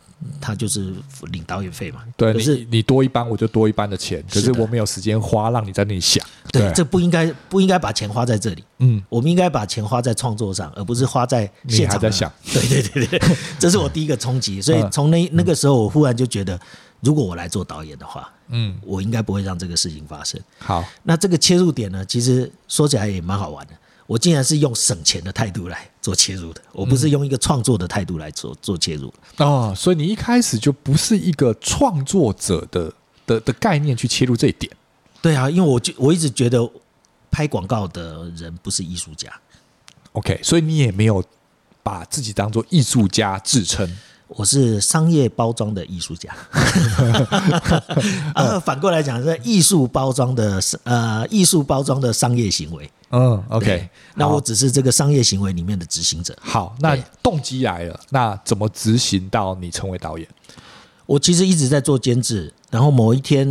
他就是领导演费嘛。对可是你你多一班我就多一班的钱，可是是的我没有时间花，让你在那里想。啊对，这不应该不应该把钱花在这里。嗯，我们应该把钱花在创作上，而不是花在现你场。还在想，对 对对对， 对这是我第一个冲击。所以嗯从那那个时候，我忽然就觉得，如果我来做导演的话，嗯，我应该不会让这个事情发生。好，那这个切入点呢，其实说起来也蛮好玩的。我竟然是用省钱的态度来做切入的，我不是用一个创作的态度来嗯做做切入。哦，所以你一开始就不是一个创作者的的的概念去切入这一点。对啊，因为我就我一直觉得拍广告的人不是艺术家， OK，所以你也没有把自己当做艺术家自称。我是商业包装的艺术家， 哦呃，反过来讲是艺术包装的呃艺术包装的商业行为。嗯对，OK，那我好只是这个商业行为里面的执行者。好，那对动机来了，那怎么执行到你成为导演？我其实一直在做监制，然后某一天，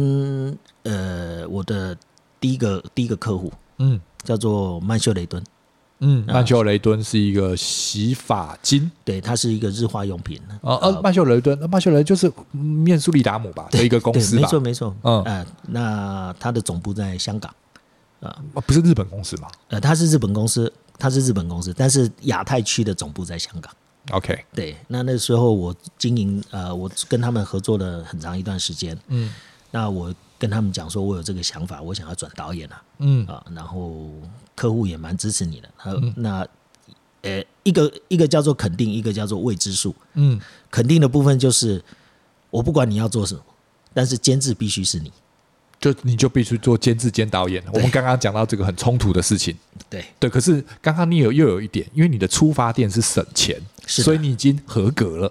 呃，我的第一个第一个客户嗯叫做曼秀雷敦，嗯，啊曼秀雷敦是一个洗发精。对，它是一个日化用品。呃呃，曼秀雷敦，呃曼秀雷就是嗯面苏利达姆吧的一个公哦对，司没吧错，没错，嗯嗯、那它的总部在香港，呃不是日本公司吗呃，它是日本公司，它是日本公司，但是亚太区的总部在香港。 ？OK，对，那那时候我经营呃，我跟他们合作了很长一段时间。嗯那我跟他们讲说，我有这个想法，我想要转导演啊，嗯啊，然后客户也蛮支持你的。他、那呃，一个一个叫做肯定，一个叫做未知数。嗯肯定的部分就是我不管你要做什么，但是监制必须是你。就你就必须做监制兼导演。我们刚刚讲到这个很冲突的事情，对，对。可是刚刚你有又有一点，因为你的出发点是省钱，是的所以你已经合格了，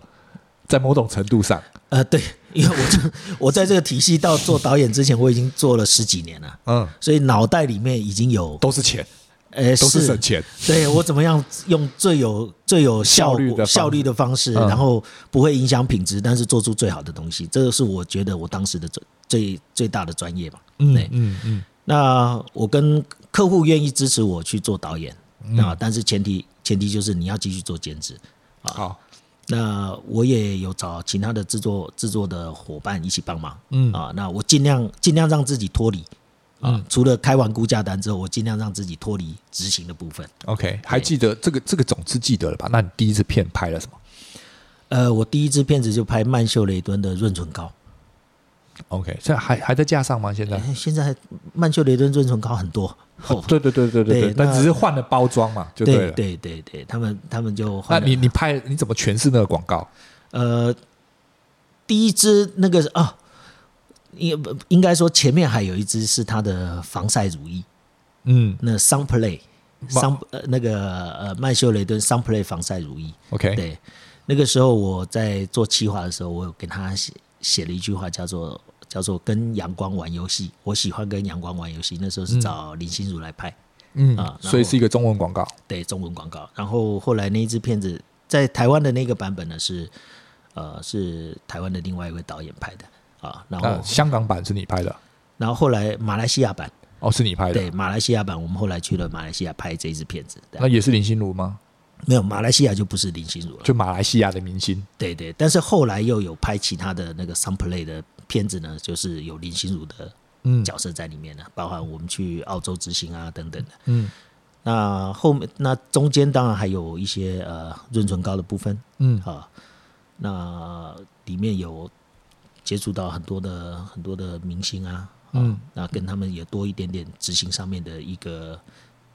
在某种程度上，呃，对，因为我就我在这个体系到做导演之前，我已经做了十几年了。嗯，所以脑袋里面已经有，都是钱，呃，都是是省钱。对我怎么样用最有最有效效率的果方效率的方式，嗯然后不会影响品质，但是做出最好的东西，这个是我觉得我当时的最最最大的专业嘛。对嗯嗯那我跟客户愿意支持我去做导演，嗯那、但是前提前提就是你要继续做兼职。好，那我也有找其他的制作制作的伙伴一起帮忙，嗯啊，那我尽量尽量让自己脱离啊，嗯除了开完估价单之后，我尽量让自己脱离执行的部分。 ，OK，还记得这个这个总之记得了吧？那你第一次片拍了什么呃，我第一支片子就拍曼秀雷敦的润唇膏， ？OK，现在还还在架上吗？现在？哎现在曼秀雷敦润唇膏很多，哦对对对对对对，对但那只是换了包装嘛，就对 对了。对对对，他们他们就那换了你你拍你怎么诠释那个广告？呃，第一支那个啊，应应该说前面还有一支是它的防晒乳液，嗯那 Sun Play 哇 Sun 呃那个呃曼秀雷敦 Sun Play 防晒乳液， ，OK，对，那个时候我在做企划的时候，我有给他写写了一句话，叫做叫做跟阳光玩游戏，我喜欢跟阳光玩游戏。那时候是找林心如来拍，嗯啊然，后所以是一个中文广告。对中文广告。然后后来那一支片子在台湾的那个版本呢是，呃，是台湾的另外一位导演拍的啊。然后、那香港版是你拍的，然后后来马来西亚版，哦，是你拍的对，马来西亚版，我们后来去了马来西亚拍这一支片子。对那也是林心如吗？没有马来西亚就不是林心如了，就马来西亚的明星。对对，但是后来又有拍其他的那个 Sun Play 的片子呢，就是有林心如的嗯角色在里面呢，包含我们去澳洲执行啊等等的。嗯那后面那中间当然还有一些呃润唇膏的部分嗯啊，那里面有接触到很多的很多的明星啊，嗯那跟他们也多一点点执行上面的一个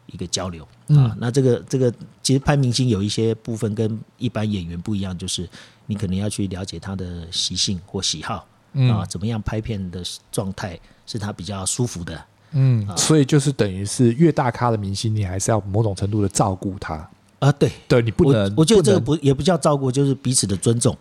一个交流啊。嗯那这个这个其实拍明星有一些部分跟一般演员不一样，就是你可能要去了解他的习性或喜好、啊，嗯怎么样拍片的状态是他比较舒服的。嗯，所以就是等于是越大咖的明星，你还是要某种程度的照顾他。啊，对，对你不能我，我觉得这个能不也不叫照顾，就是彼此的尊重。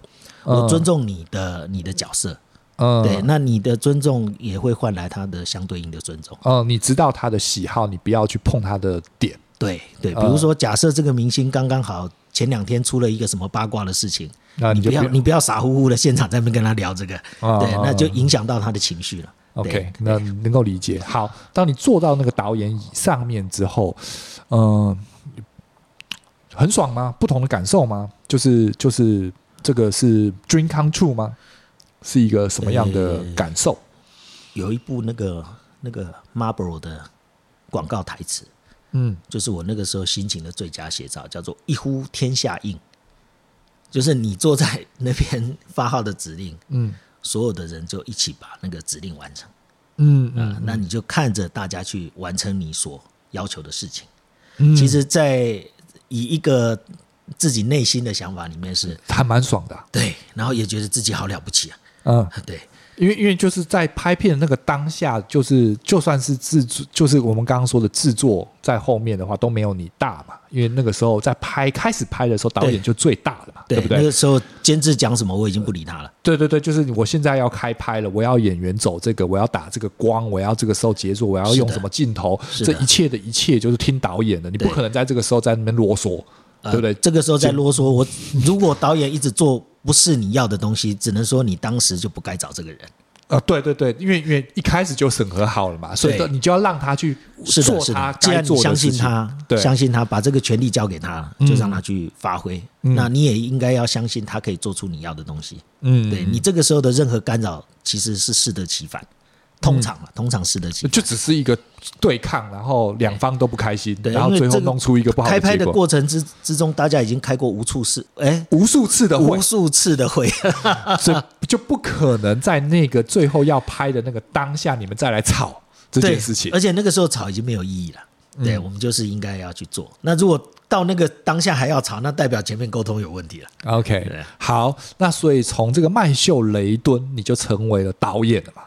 我尊重你的你的角色，嗯对，那你的尊重也会换来他的相对应的尊重。嗯，你知道他的喜好，你不要去碰他的点。对对，比呃如说，假设这个明星刚刚好前两天出了一个什么八卦的事情，那你啊你就不要不要你不要傻乎乎的现场在那边跟他聊这个，啊对啊，那就啊影响到他的情绪了。 OK，对那能够理解。好，当你做到那个导演以上面之后，嗯、很爽吗？不同的感受吗？就是就是这个是 dream come true 吗？是一个什么样的感受？有一部那个那个 Marlboro 的广告台词，嗯，就是我那个时候心情的最佳写照，叫做“一呼天下应”，就是你坐在那边发号的指令，嗯所有的人就一起把那个指令完成嗯啊、嗯那你就看着大家去完成你所要求的事情。嗯，其实，在以一个自己内心的想法里面是还蛮爽的啊、对，然后也觉得自己好了不起啊， 嗯，对，因为因为就是在拍片的那个当下，就是就算是制作，就是我们刚刚说的制作在后面的话都没有你大嘛，因为那个时候在拍开始拍的时候，导演对就最大了嘛，对不那对个？时候监制讲什么，我已经不理他了。对对对，就是我现在要开拍了，我要演员走这个，我要打这个光，我要这个时候节奏，我要用是的什么镜头，是这的一切的一切就是听导演的，你不对呃可能在这个时候在那边啰嗦，对不对？这个时候再啰嗦，我如果导演一直做不是你要的东西，只能说你当时就不该找这个人。啊，对对对，因为因为一开始就审核好了嘛，所以对你就要让他去是做的，是他的。既该然做的你相事信情他，对，相信他，把这个权利交给他，就让他去发挥。嗯那你也应该要相信他可以做出你要的东西。嗯，对你这个时候的任何干扰，其实是适得其反。通常嗯啊，通常适得其 反。就只是一个对抗，然后两方都不开心，对然后因为最后这个弄出一个不好开拍结的果。过程之之中，大家已经开过无数次，哎，无数次的会无，数次的会，这就不可能在那个最后要拍的那个当下，你们再来吵这对，件事情嗯而。且那个时候吵已经没有意义了。对，我们就是应该要去做。那如果到那个当下还要吵，那代表前面沟通有问题了。 OK，对好，那所以从这个曼秀雷敦，你就成为了导演了嘛？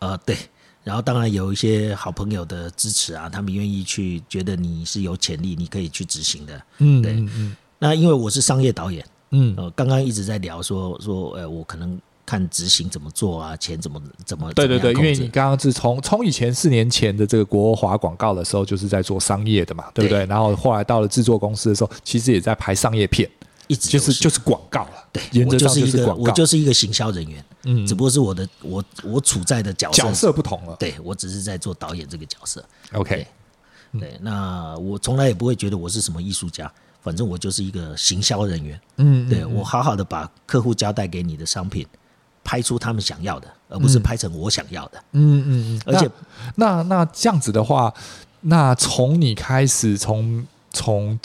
呃，对。然后当然有一些好朋友的支持啊，他们愿意去觉得你是有潜力，你可以去执行的。嗯，对嗯那因为我是商业导演，嗯嗯，呃，刚刚一直在聊说说，呃，我可能看执行怎么做啊，钱怎么怎么对对对，怎因么为样控制你刚刚是从从以前四年前的这个国华广告的时候，就是在做商业的嘛，对不对？对然后后来到了制作公司的时候，其实也在拍商业片，一直就都是就是广告了。对，原则我就上是一是个广告，我就是一个行销人员，嗯只不过是我的我我处在的角色角色不同了。对我只是在做导演这个角色。 OK，嗯对，那我从来也不会觉得我是什么艺术家，反正我就是一个行销人员。嗯，对我好好的把客户交代给你的商品，拍出他们想要的，而不是拍成我想要的。嗯嗯嗯，而且那那那这样子的话，那从你开始从从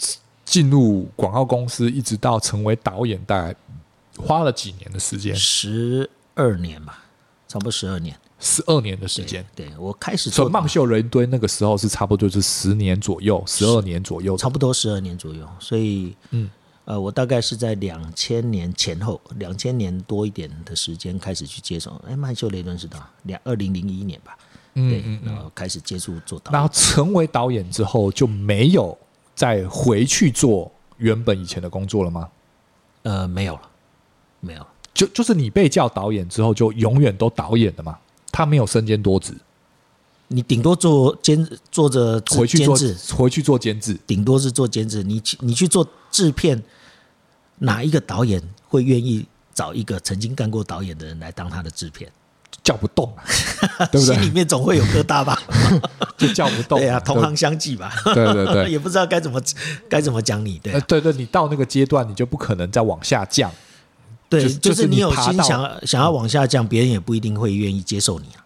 进入广告公司，一直到成为导演，大概花了几年的时间？十二年吧，差不多十二年十二年的时对间。对我开始所以做曼秀雷敦那个时候是差不多就是十年左右，十二年左右。差不多十二年左右，所以嗯，呃，我大概是在两千年前后，两千年多一点的时间开始去接手。哎，曼秀雷敦是的，两二零零一年吧，对，嗯嗯然后开始接触做导然演后。成为导演之后就没有再回去做原本以前的工作了吗？呃，没有了，没有了。就就是你被叫导演之后，就永远都导演了嘛？他没有身兼多职。你顶多做监做着制回去监做制，回去做监制，顶多是做监制。你去你去做制片，哪一个导演会愿意找一个曾经干过导演的人来当他的制片？叫不动啊， 对不 心里对？面总会有疙瘩吧？就叫不动啊，对啊，同行相忌吧？对，对对对， 也不知道该怎么该怎么讲你。对啊、呃对对，你到那个阶段，你就不可能再往下降。对，就是就是你你有爬心到想想要往下降，别人也不一定会愿意接受你啊。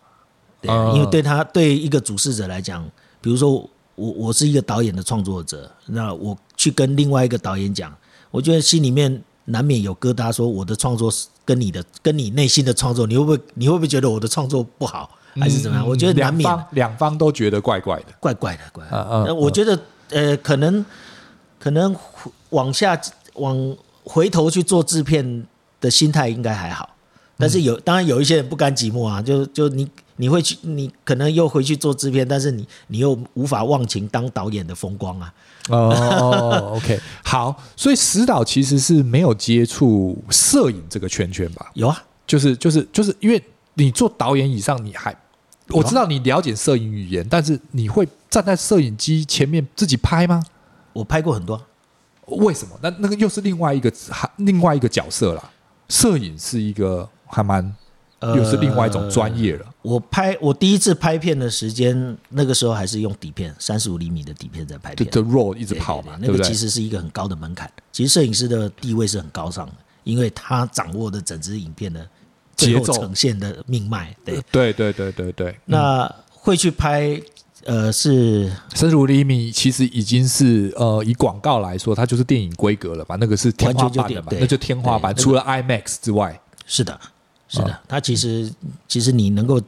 对啊，嗯因为对他对一个主事者来讲，比如说我我是一个导演的创作者，那我去跟另外一个导演讲，我觉得心里面难免有疙瘩，说我的创作是跟你的跟你内心的创作，你会不会你会不会觉得我的创作不好，还是怎么嗯样？我觉得难两免方两方都觉得怪怪的。怪怪的，怪怪的。嗯嗯呃我觉得呃，可能可能往下往回头去做制片的心态应该还好，但是有、当然有一些人不甘寂寞啊，就就你你会去，你可能又回去做制片，但是你你又无法忘情当导演的风光啊。哦，OK，好，所以石导其实是没有接触摄影这个圈圈吧？有啊，就是就是就是因为你做导演以上，你啊还我知道你了解摄影语言，但是你会站在摄影机前面自己拍吗？我拍过很多，为什么？那那个又是另外一个还另外一个角色啦。摄影是一个还蛮呃又是另外一种专业了。我拍我第一次拍片的时间，那个时候还是用底片，三十五厘米的底片在拍就片，就 roll 一直对跑嘛，对对那不个对其？实是一个很高的门槛。其实摄影师的地位是很高尚的，因为他掌握的整支影片的最后节奏呈现的命脉。对，对对对对对，嗯那会去拍，呃，是三十五厘米其实已经是呃，以广告来说，它就是电影规格了嘛，那个是天花板完全了就嘛，对那就天花板。对除了 IMAX 之外，是的，是的，他其实其实你能够啊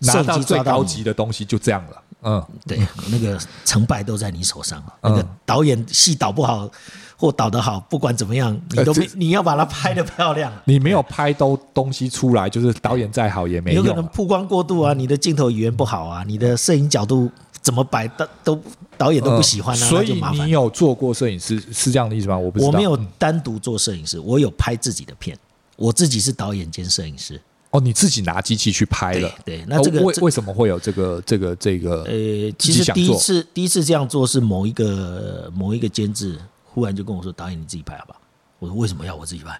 拿摄到影机最抓到高你级的东西就这样了。嗯，对，那个成败都在你手上。啊嗯那个导演戏导不好或导得好，不管怎么样，你都呃这没你要把它拍得漂亮。啊你没有拍都东西出来，就是导演再好也没用有啊嗯可能了。曝光过度啊，你的镜头语言不好啊，你的摄影角度怎么摆都都导演都不喜欢啊，嗯所那就以麻你烦。有做过摄影师是这样的意思吗？我不知道，我没有单独做摄影师，我有拍自己的片，我自己是导演兼摄影师。哦，你自己拿机器去拍了。对对那这个哦为这为什么会有这个这个这个？呃，自己其实想第一做次 第一次这样做是某一个某一个监制忽然就跟我说：“导演你自己拍好不好？”我说：“为什么要我自己拍？”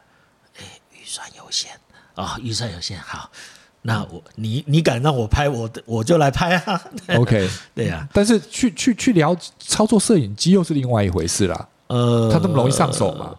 哎，预算有限啊、预算有限，好，那我你你敢让我拍，我我就来拍啊。 OK，对啊呀、但是去去去聊操作摄影机又是另外一回事啦，呃，它那么容易上手嘛？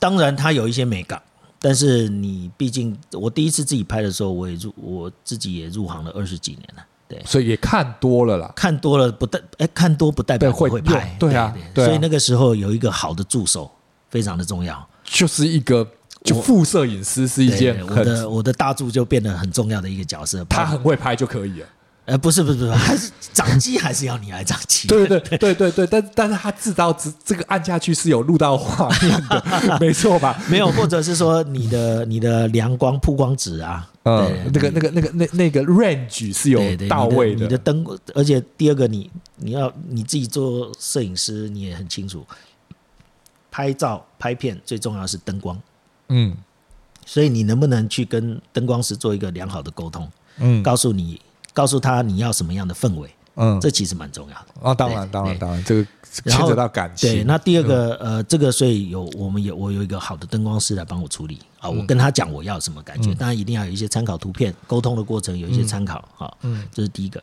当然它有一些美感，但是你毕竟我第一次自己拍的时候，我也入我自己也入行了二十几年了，对。所以也看多了啦。看多了不代，哎，看多不代对表会我会拍用，对啊对啊所以那个时候有一个好的助手非常的重要。就是一个就副摄影师是一对件我很的我的大助就变得很重要的一个角色。他包很会拍就可 以了。呃不是不是不是，还是掌机还是要你来掌机。对对对对对对，但但是他知道这这个按下去是有录到画面 的，没错吧？没有，或者是说你的你的亮光曝光值啊，嗯，那个那个那个那那个 range 是有对对，到位你的，你的灯，而且第二个你你要你自己做摄影师，你也很清楚，拍照拍片最重要的是灯光，嗯所以你能不能去跟灯光师做一个良好的沟通，嗯告诉你告诉他你要什么样的氛围，嗯，这其实蛮重要的。啊，当然对当然对当然，这个然牵后扯到感情。嗯对，那第二个呃，这个所以有我们有我有一个好的灯光师来帮我处理啊，嗯我跟他讲我要什么感觉，当然一定要有一些参考图片，沟通的过程有一些参考啊，嗯这是第一个。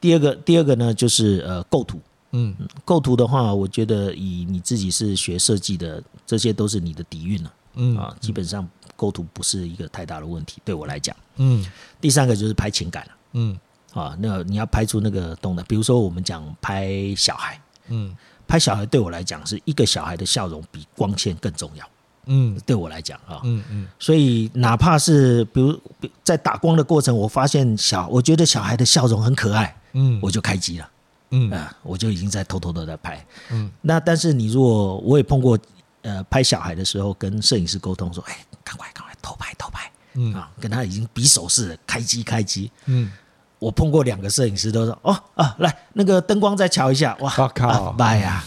第二个第二个呢，就是呃构图，嗯构图的话，我觉得以你自己是学设计的，这些都是你的底蕴了嗯啊，基本上构图不是一个太大的问题，对我来讲。嗯第三个就是拍情感了嗯啊，那你要拍出那个动的，比如说我们讲拍小孩，嗯拍小孩对我来讲是一个小孩的笑容比光线更重要，嗯对我来讲啊。嗯嗯所以哪怕是比如比在打光的过程，我发现小，我觉得小孩的笑容很可爱，嗯我就开机了。嗯啊，我就已经在偷偷的在拍。嗯，那但是你如果我也碰过，呃，拍小孩的时候跟摄影师沟通说，哎，赶快赶快偷拍偷拍，嗯啊，跟他已经比手势了，开机开机。嗯，我碰过两个摄影师都说，哦啊，来那个灯光再瞧一下，哇，我靠啊拜呀、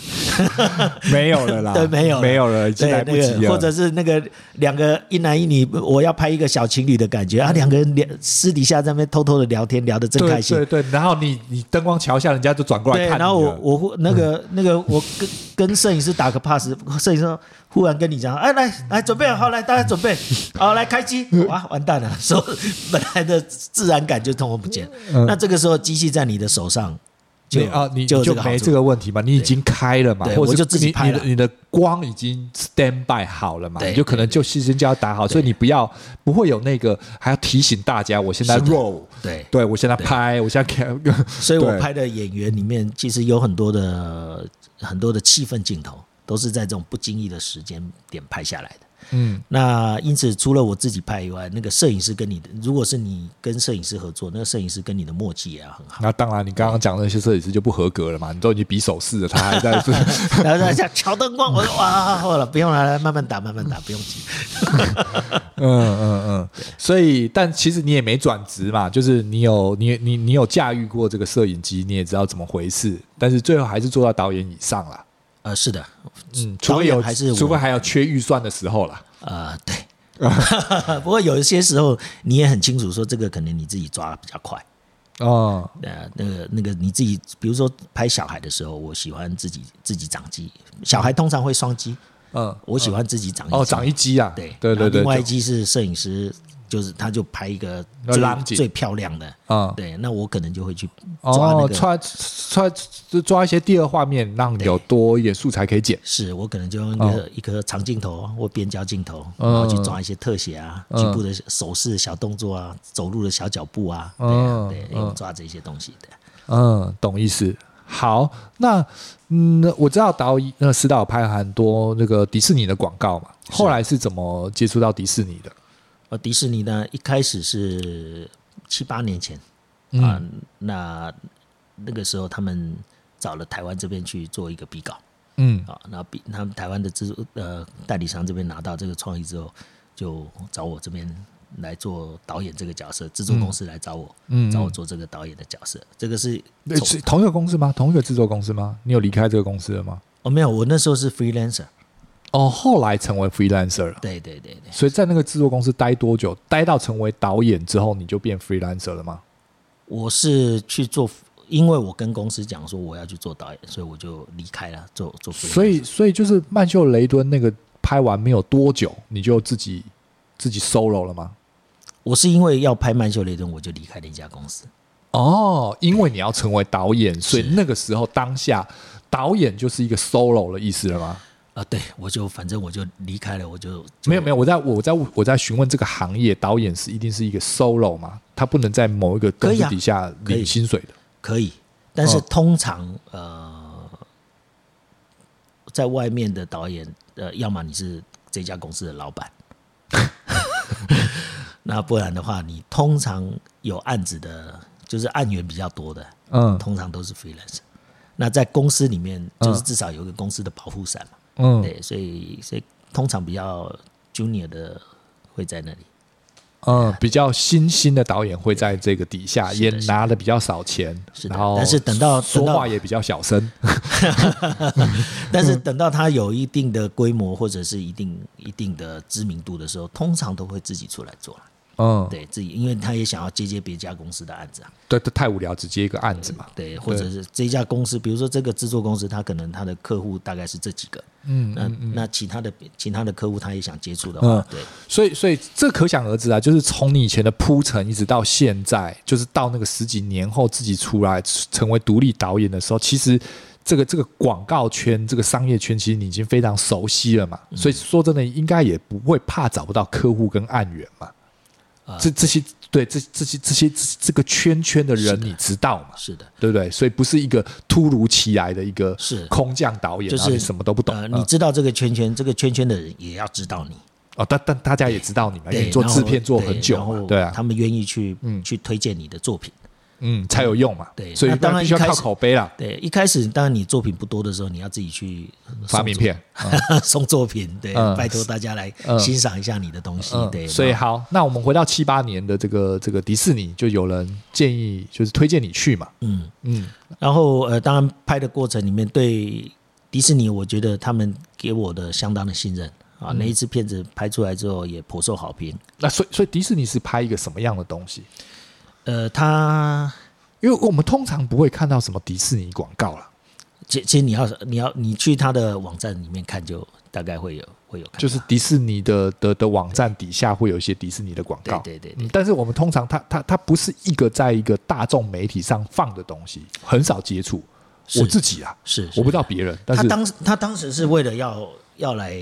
没有了啦， 对，没有没有了，已经对来不及那个了。或者是那个两个一男一女，我要拍一个小情侣的感觉啊，两个人聊私底下在那边偷偷的聊天，聊得真开对心。对对，然后你你灯光桥下，人家就转过来对，看你了。嗯然后我我忽那个那个我跟跟摄影师打个 pass，摄影师说忽然跟你讲，哎来来准备好来大家准备好来开机，哇完蛋了，说本来的自然感就通通不见。嗯那这个时候机器在你的手上就你啊，你就有就个好没处这个问题嘛？你已经开了嘛？对或者我是就自己你拍你的了你的光已经 stand by 好了嘛？对你就可能就事先就要打好，所以你不要不会有那个还要提醒大家，我现在是的 roll，对，对我现在拍，我现在看，所以我对拍的演员里面其实有很多的很多的气氛镜头都是在这种不经意的时间点拍下来的。嗯那因此，除了我自己拍以外，那个摄影师跟你的，如果是你跟摄影师合作，那个摄影师跟你的默契也要很 好。那当然，你刚刚讲的那些摄影师就不合格了嘛？你都已经比手势了，他还在是然后在想乔灯光，我说哇，好了，不用了，来慢慢打，慢慢打，不用急。嗯嗯嗯，所以但其实你也没转职嘛，就是你有你你你有驾驭过这个摄影机，你也知道怎么回事，但是最后还是做到导演以上啦。呃，是的，嗯，除导非演有还是我除非还有缺预算的时候啦。呃， 对。 不过有一些时候，你也很清楚说，这个可能你自己抓比较快。哦，呃，那个那个你自己，比如说拍小孩的时候，我喜欢自己自己掌机。小孩通常会双机，嗯，我喜欢自己掌一哦，机长一机啊，对对然对后对，另外一就机是摄影师就是他就拍一个要浪最景最漂亮的，嗯，对，那我可能就会去抓那哦，个，抓抓抓一些第二画面，让有多一点素材可以剪。是我可能就用一哦个、一颗长镜头或边焦镜头，然后去抓一些特写啊、嗯局部的手势、小动作啊、走路的小脚步啊，嗯对啊，对，用抓这些东西的。嗯，懂意思。好，那嗯，我知道导演那石导拍很多那个迪士尼的广告嘛，后来是怎么接触到迪士尼的？呃，迪士尼呢，一开始是七八年前嗯啊、那那个时候他们找了台湾这边去做一个比稿嗯啊，那比他们台湾的制作呃代理商这边拿到这个创意之后，就找我这边来做导演这个角色，制作公司来找我，嗯，找我做这个导演的角色，这个是对是同一个公司吗？同一个制作公司吗？你有离开这个公司了吗？哦，没有，我那时候是 freelancer，哦，后来成为 freelancer 了。对对对对，所以在那个制作公司待多久？待到成为导演之后，你就变 freelancer 了吗？我是去做，因为我跟公司讲说我要去做导演，所以我就离开了做做 freelancer。所以，所以就是曼秀雷敦那个拍完没有多久，你就自己自己 solo 了吗？我是因为要拍《曼秀雷敦》，我就离开那家公司。哦，因为你要成为导演，所以是那个时候当下导演就是一个 solo 的意思了吗？啊，对，我就反正我就离开了，我就没有没有，有，我在我在我在询问这个行业，导演是一定是一个 solo 嘛？他不能在某一个公可以司啊底下可领以薪水的。可以。但是哦通常、呃，在外面的导演，呃，要么你是这家公司的 老板，那不然的话，你通常有案子的，就是案源比较多的，嗯通常都是 freelancer。那在公司里面，嗯就是至少有一个公司的保护伞嘛，嗯对，所以所以通常比较 junior 的会在那里。嗯，比较新兴的导演会在这个底下是也的是的拿的比较少钱，是的然后但是等到说等到话也比较小声。但是等到他有一定的规模或者是一定一定的知名度的时候，通常都会自己出来做了。嗯，对自己，因为他也想要接接别家公司的案子啊，对，这太无聊，只接一个案子嘛。对，或者是这家公司，比如说这个制作公司，他可能他的客户大概是这几个，嗯，那那其他的其他的客户他也想接触的嗯话，对，所以，所以这可想而知啊，就是从你以前的铺陈一直到现在，就是到那个十几年后自己出来成为独立导演的时候，其实这个这个广告圈、这个商业圈，其实你已经非常熟悉了嘛。嗯所以说真的，应该也不会怕找不到客户跟案源嘛。啊这这些对这这些这些这这个圈圈的人，你知道嘛？是的，对不对？所以不是一个突如其来的一个是空降导演，就然后你是什么都不懂。呃，嗯你知道这个圈圈，这个圈圈的人也要知道你，哦，但但大家也知哎道你嘛，因为对，你做然后制片做很久对然嘛，后对啊。他们愿意去去推荐你的作品。嗯，才有用嘛。对所以那当然必须要一开靠始口碑啦，对，一开始当然你作品不多的时候，你要自己去发送名作片。 送作品，对，嗯拜托大家来欣赏一下你的东西，嗯，对，所以然后好，那我们回到七八年的这个这个迪士尼，就有人建议就是推荐你去嘛。嗯，嗯然后呃，当然拍的过程里面，对迪士尼，我觉得他们给我的相当的信任啊，嗯那一支片子拍出来之后也颇受好评，那所以所以迪士尼是拍一个什么样的东西？呃，他。因为我们通常不会看到什么迪士尼广告 啦，其其实你要你要你去他的网站里面看，就大概会有会有看到，就是迪士尼的的的网站底下会有一些迪士尼的广告。对对对对嗯但是我们通常它它它不是一个在一个大众媒体上放的东西，很少接触。是我自己啊，是是我不知道别人，但他是当时他当时是为了要要来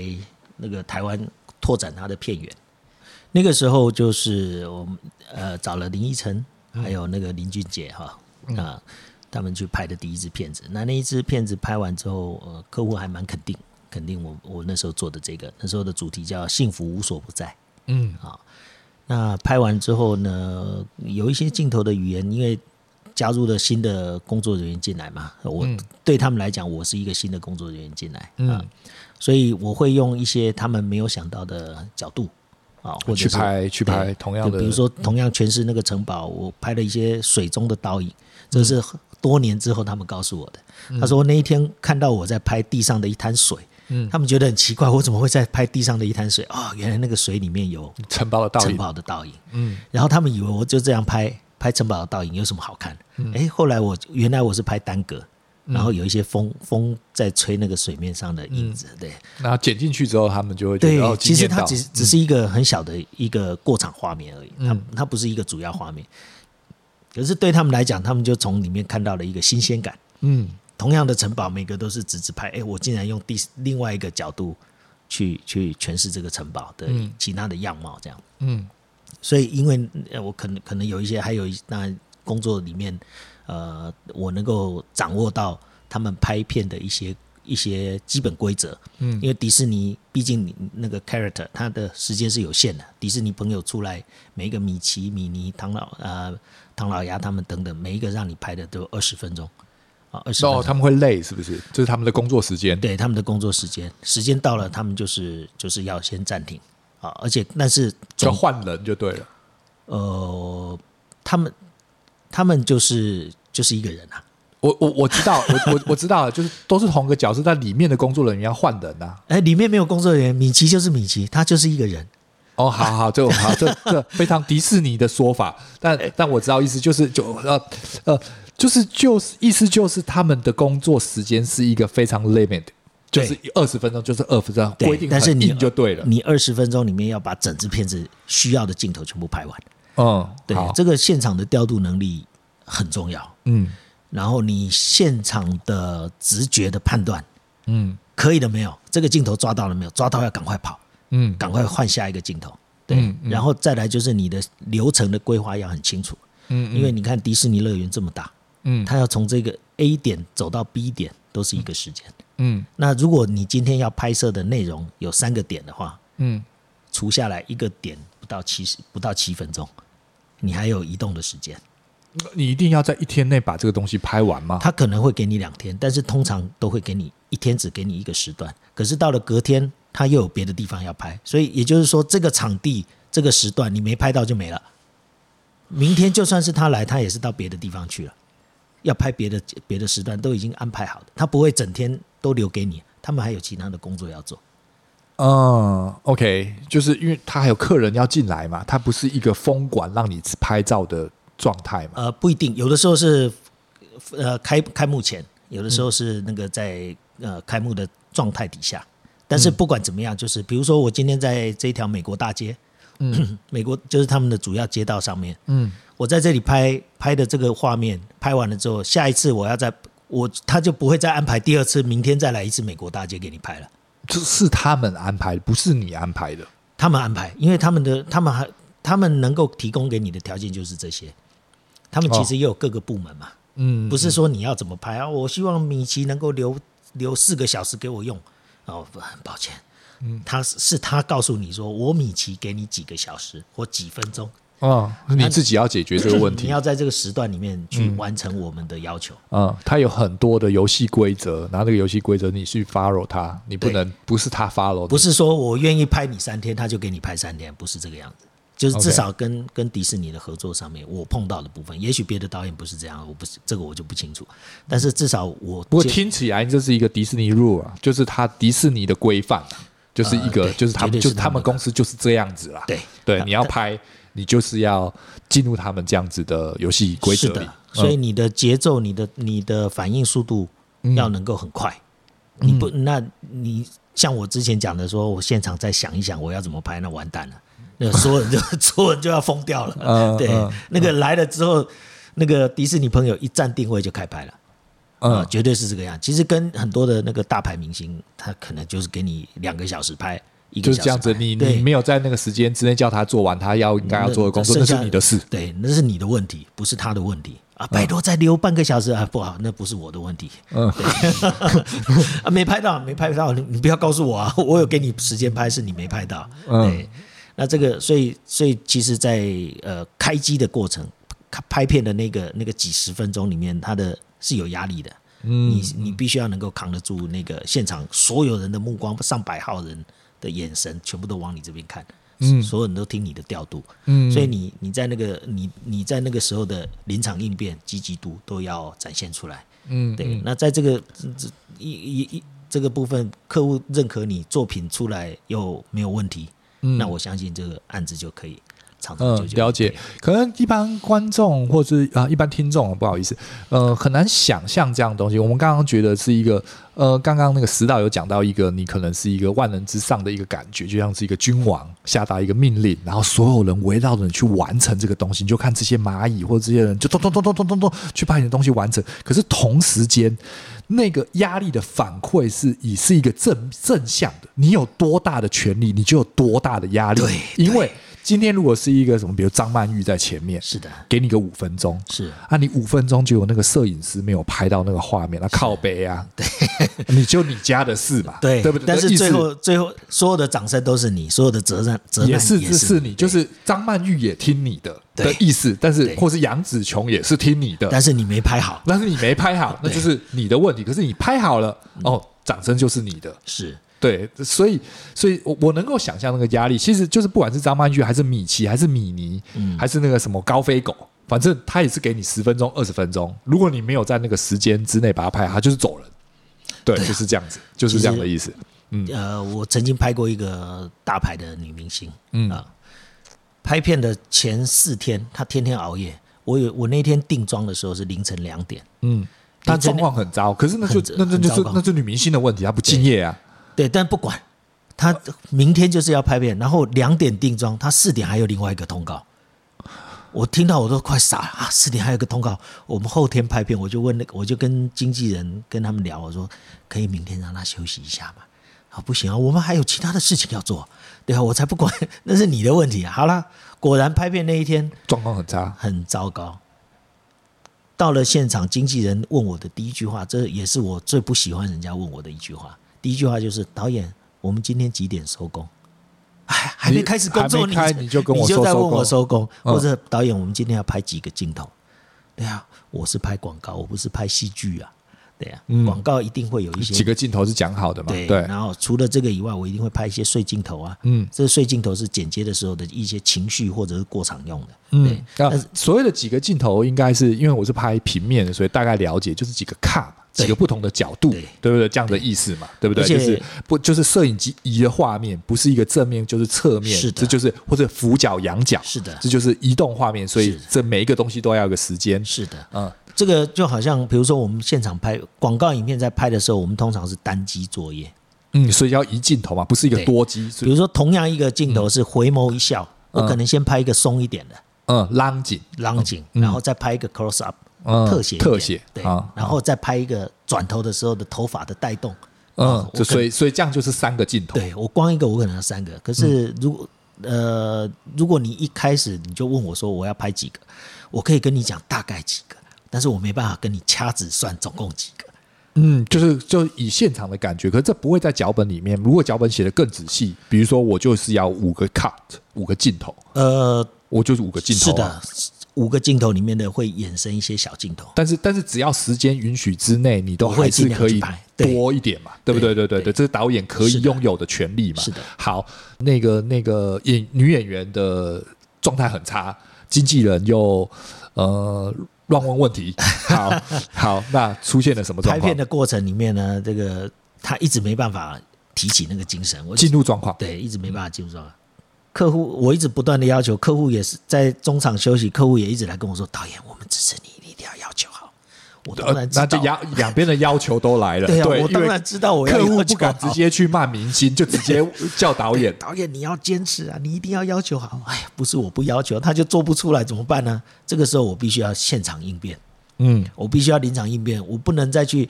那个台湾拓展他的片源，那个时候就是我们呃找了林依晨嗯还有那个林俊杰哈啊、他们去拍的第一支片子。那那一支片子拍完之后，呃，客户还蛮肯定肯定我我那时候做的这个，那时候的主题叫“幸福无所不在”。嗯那拍完之后呢，有一些镜头的语言，因为加入了新的工作人员进来嘛，我、对他们来讲，我是一个新的工作人员进来，嗯啊，所以我会用一些他们没有想到的角度啊，或者去是拍去拍同样就的，比如说同样诠释那个城堡，我拍了一些水中的倒影，这嗯是多年之后他们告诉我的。他说那一天看到我在拍地上的一滩水，嗯他们觉得很奇怪，我怎么会在拍地上的一滩水？啊、原来那个水里面有城堡的倒城影，堡的倒影，嗯，然后他们以嗯为我就这样拍拍城堡的倒影有什么好看？哎、后来我原来我是拍单格，然后有一些风风在吹那个水面上的影子，对然后剪进去之后，他们就会觉得对嗯哦，，其惊实艳它到只只是一个很小的一个过场画面而已，它嗯它不是一个主要画面，可是对他们来讲，他们就从里面看到了一个新鲜感。嗯同样的城堡，每个都是直直拍，哎，我竟然用第另外一个角度去去诠释这个城堡的嗯其他的样貌，这样。嗯所以，因为呃我可能可能有一些，还有一当然工作里面，呃，我能够掌握到他们拍片的一些一些基本规则，嗯因为迪士尼毕竟你那个 character 它的时间是有限的，迪士尼朋友出来，每一个米奇、米妮、唐老呃唐老鸭他们等等，每一个让你拍的都二十分钟啊，二十分哦，钟。他们会累是不是？这是他们的工作时间。对他们的工作时间，时间到了，他们就是就是要先暂停啊，而且但是就总换人就对了。呃，他们他们就是就是一个人啊，我我我知道，我我我知道了，就是都是同个角色，但里面的工作人员要换人啊呐、哎，里面没有工作人员，米奇就是米奇，他就是一个人，哦，好好，这好，这这非常迪士尼的说法，但但我知道意思就是就呃呃，就是就是意思就是他们的工作时间是一个非常 limit，就对是二十分钟就是二十分钟对规定，但是你就对了，你二十分钟里面要把整支片子需要的镜头全部拍完，嗯，对好，这个现场的调度能力很重要，嗯然后你现场的直觉的判断嗯可以了没有？这个镜头抓到了没有？抓到要赶快跑，嗯赶快换下一个镜头。对，嗯嗯然后再来就是你的流程的规划要很清楚，嗯，因为你看迪士尼乐园这么大，嗯它要从这个 A 点走到 B 点都是一个时间。嗯那如果你今天要拍摄的内容有三个点的话，嗯除下来一个点不到七十不到七分钟，你还有移动的时间。嗯，你一定要在一天内把这个东西拍完吗？它可能会给你两天，但是通常都会给你一天，只给你一个时段。可是到了隔天，它又有别的地方要拍，所以也就是说，这个场地这个时段你没拍到就没了。明天就算是他来，他也是到别的地方去了，要拍别的别的时段都已经安排好的，他不会整天都留给你，他们还有其他的工作要做。嗯，OK，就是因为他还有客人要进来嘛，他不是一个封馆让你拍照的状态嘛，呃，不一定，有的时候是呃开开幕前，有的时候是那个在呃开幕的状态底下。但是不管怎么样，就是比如说我今天在这一条美国大街，嗯， 美国就是他们的主要街道上面，嗯我在这里拍拍的这个画面，拍完了之后，下一次我要在我他就不会再安排第二次，明天再来一次美国大街给你拍了。这是他们安排，不是你安排的。他们安排，因为他们的他们还他们能够提供给你的条件就是这些，他们其实也有各个部门嘛，嗯，不是说你要怎么拍啊，我希望米奇能够留留四个小时给我用。哦，不很抱歉，嗯，他是是他告诉你说，我米奇给你几个小时或几分钟，嗯，你自己要解决这个问你题。要在这个时段里面去完成我们的要求。嗯，它有很多的游戏规则，然后这个游戏规则你去 follow 它，你不对能不是他 follow 的。不是说我愿意拍你三天，他就给你拍三天，不是这个样子。就是至 OK 少跟跟迪士尼的合作上面，我碰到的部分，也许别的导演不是这样，我不是这个我就不清楚。但是至少我不过接听起来这是一个迪士尼 rule 啊，就是它迪士尼的规范啊，就是一个、呃对就是他们绝对就是是他他们们的公司就是这样子啦。对对，他你要拍，你就是要进入他们这样子的游戏规则是里。的，所以你的节奏、你的你的反应速度要能够很快。嗯你不，那你像我之前讲的说，我现场再想一想我要怎么拍，那完蛋了，那所有 人就所有人就要疯掉了。嗯对，嗯那个来了之后，那个迪士尼朋友一站定位就开拍了。啊、嗯绝对是这个样。其实跟很多的那个大牌明星，他可能就是给你两个小时拍，一就个是小时这样子，拍你对嗯你没有在那个时间之内叫他做完他要应该要做的工作，那剩下是你的事。嗯对，那是你的问题，不是他的问题啊！拜托，再留半个小时啊！不好，那不是我的问题。嗯， 啊，没拍到，没拍到，你你不要告诉我啊！ 我有给你时间拍，是你没拍到。嗯对，那这个，所以，所以其实在，呃开机的过程，拍拍片的那个那个几十分钟里面，它的是有压力的。嗯，你你必须要能够扛得住那个现场所有人的目光，上百号人的眼神，全部都往你这边看。嗯，所有人都听你的调度。嗯所以你你在那个你你在那个时候的临场应变、积极度都要展现出来。嗯，对，那在这个这这一一一这个部分，客户认可你作品出来又没有问题，那我相信这个案子就可以长长久嗯，久。了解。可能一般观众或是啊，一般听众，不好意思，呃，很难想象这样的东西。我们刚刚觉得是一个，呃，刚刚那个石导有讲到一个，你可能是一个万人之上的一个感觉，就像是一个君王下达一个命令，然后所有人围绕着你去完成这个东西。你就看这些蚂蚁或者这些人，就咚咚咚咚咚咚咚去把你的东西完成。可是同时间，那个压力的反馈是以是一个正正向的，你有多大的权利，你就有多大的压力。对因为今天如果是一个什么，比如张曼玉在前面，是的，给你个五分钟，是啊，你五分钟就有那个摄影师没有拍到那个画面，那靠背 啊，对，你就你家的事嘛，对，对不对？但意是思最后最后所有的掌声都是你，所有的责任责任也是也是是你，对就是张曼玉也听你的的对意思，但是对或是杨紫琼也是听你的，但是你没拍好，但是你没拍好，那对就是你的问题。可是你拍好了，哦，掌声就是你的。是对，所以，所以我我能够想象那个压力，其实就是不管是张曼玉还是米奇还是米妮，嗯还是那个什么高飞狗，反正他也是给你十分钟、二十分钟，如果你没有在那个时间之内把它拍好，他就是走人。对，就是这样子，就是这样的意思。呃，我曾经拍过一个大牌的女明星，嗯啊，拍片的前四天，她天天熬夜。我有我那天定妆的时候是凌晨两点，嗯，但你真状的况很糟，可是那就很那那就很糟是糕那就是女明星的问题，她不敬业啊。对，但不管，她明天就是要拍片，然后两点定妆，她四点还有另外一个通告。我听到我都快傻了啊！四点还有一个通告，我们后天拍片，我就问那个，我就跟经纪人跟他们聊，我说可以明天让她休息一下吗？啊，不行啊，我们还有其他的事情要做，对啊，我才不管， 那是你的问题啊。好啦，果然拍片那一天状况很差，很糟糕。到了现场，经纪人问我的第一句话，这也是我最不喜欢人家问我的一句话。第一句话就是：“导演，我们今天几点收工？”哎，还没你开始工作，还没开你你就跟我你就说在收问我工收工，嗯或者导演，我们今天要拍几个镜头？对啊，我是拍广告，我不是拍戏剧啊。对啊，嗯广告一定会有一些几个镜头是讲好的嘛？对，对，然后除了这个以外，我一定会拍一些碎镜头啊。嗯这碎镜头是剪接的时候的一些情绪或者是过场用的。嗯对，呃那但是所谓的几个镜头，应该是因为我是拍平面的，所以大概了解就是几个卡嘛，对几个不同的角度，对对不对？这样的意思嘛，对不对？而且就是不就是摄影机移的画面，不是一个正面就是侧面，是的这就是或者俯角、仰角，是的这就是移动画面，所以是的这每一个东西都要有个时间，是的，嗯，这个就好像比如说我们现场拍广告影片，在拍的时候，我们通常是单机作业。嗯，所以要移镜头嘛，不是一个对多机，比是如说同样一个镜头是回眸一笑，嗯我可能先拍一个松一点的嗯，浪景，浪景，嗯然后再拍一个 close up。嗯特写一点特写对啊，然后再拍一个转头的时候的头发的带动，啊嗯，我就可能所以所以这样就是三个镜头，嗯对我光一个我可能要三个，可是如果、呃，如果你一开始你就问我说我要拍几个，我可以跟你讲大概几个，但是我没办法跟你掐指算总共几个。嗯，就是就以现场的感觉，可是这不会在脚本里面。如果脚本写的更仔细，比如说我就是要五个 cut，五个镜头，呃，我就是五个镜头、啊是的，，五个镜头里面的会衍生一些小镜头。但是但是只要时间允许之内，你都我会还是尽量可以去拍对多一点嘛，对不对？对对对对，对这是导演可是以的拥有的权利嘛。是的好，那个那个演女演员的状态很差，经纪人又呃乱问问题。好 好，那出现了什么状拍片况？的过程里面呢，这个他一直没办法提起那个精神，我进入状况。对一直没办法进入状态。客户我一直不断的要求，客户也是在中场休息，客户也一直来跟我说：“导演，我们支持你，你一定要要求好。”我当然知呃那就道，两两边的要求都来了，对对,、啊，我因当为然知道我要客户要不求敢好直。接去骂明星，就直接叫导 演。导演，你要坚持啊！你一定要要求好。哎呀，不是我不要求，他就做不出来，怎么办呢？这个时候我必须要现场应变，嗯，我必须要临场应变，我不能再去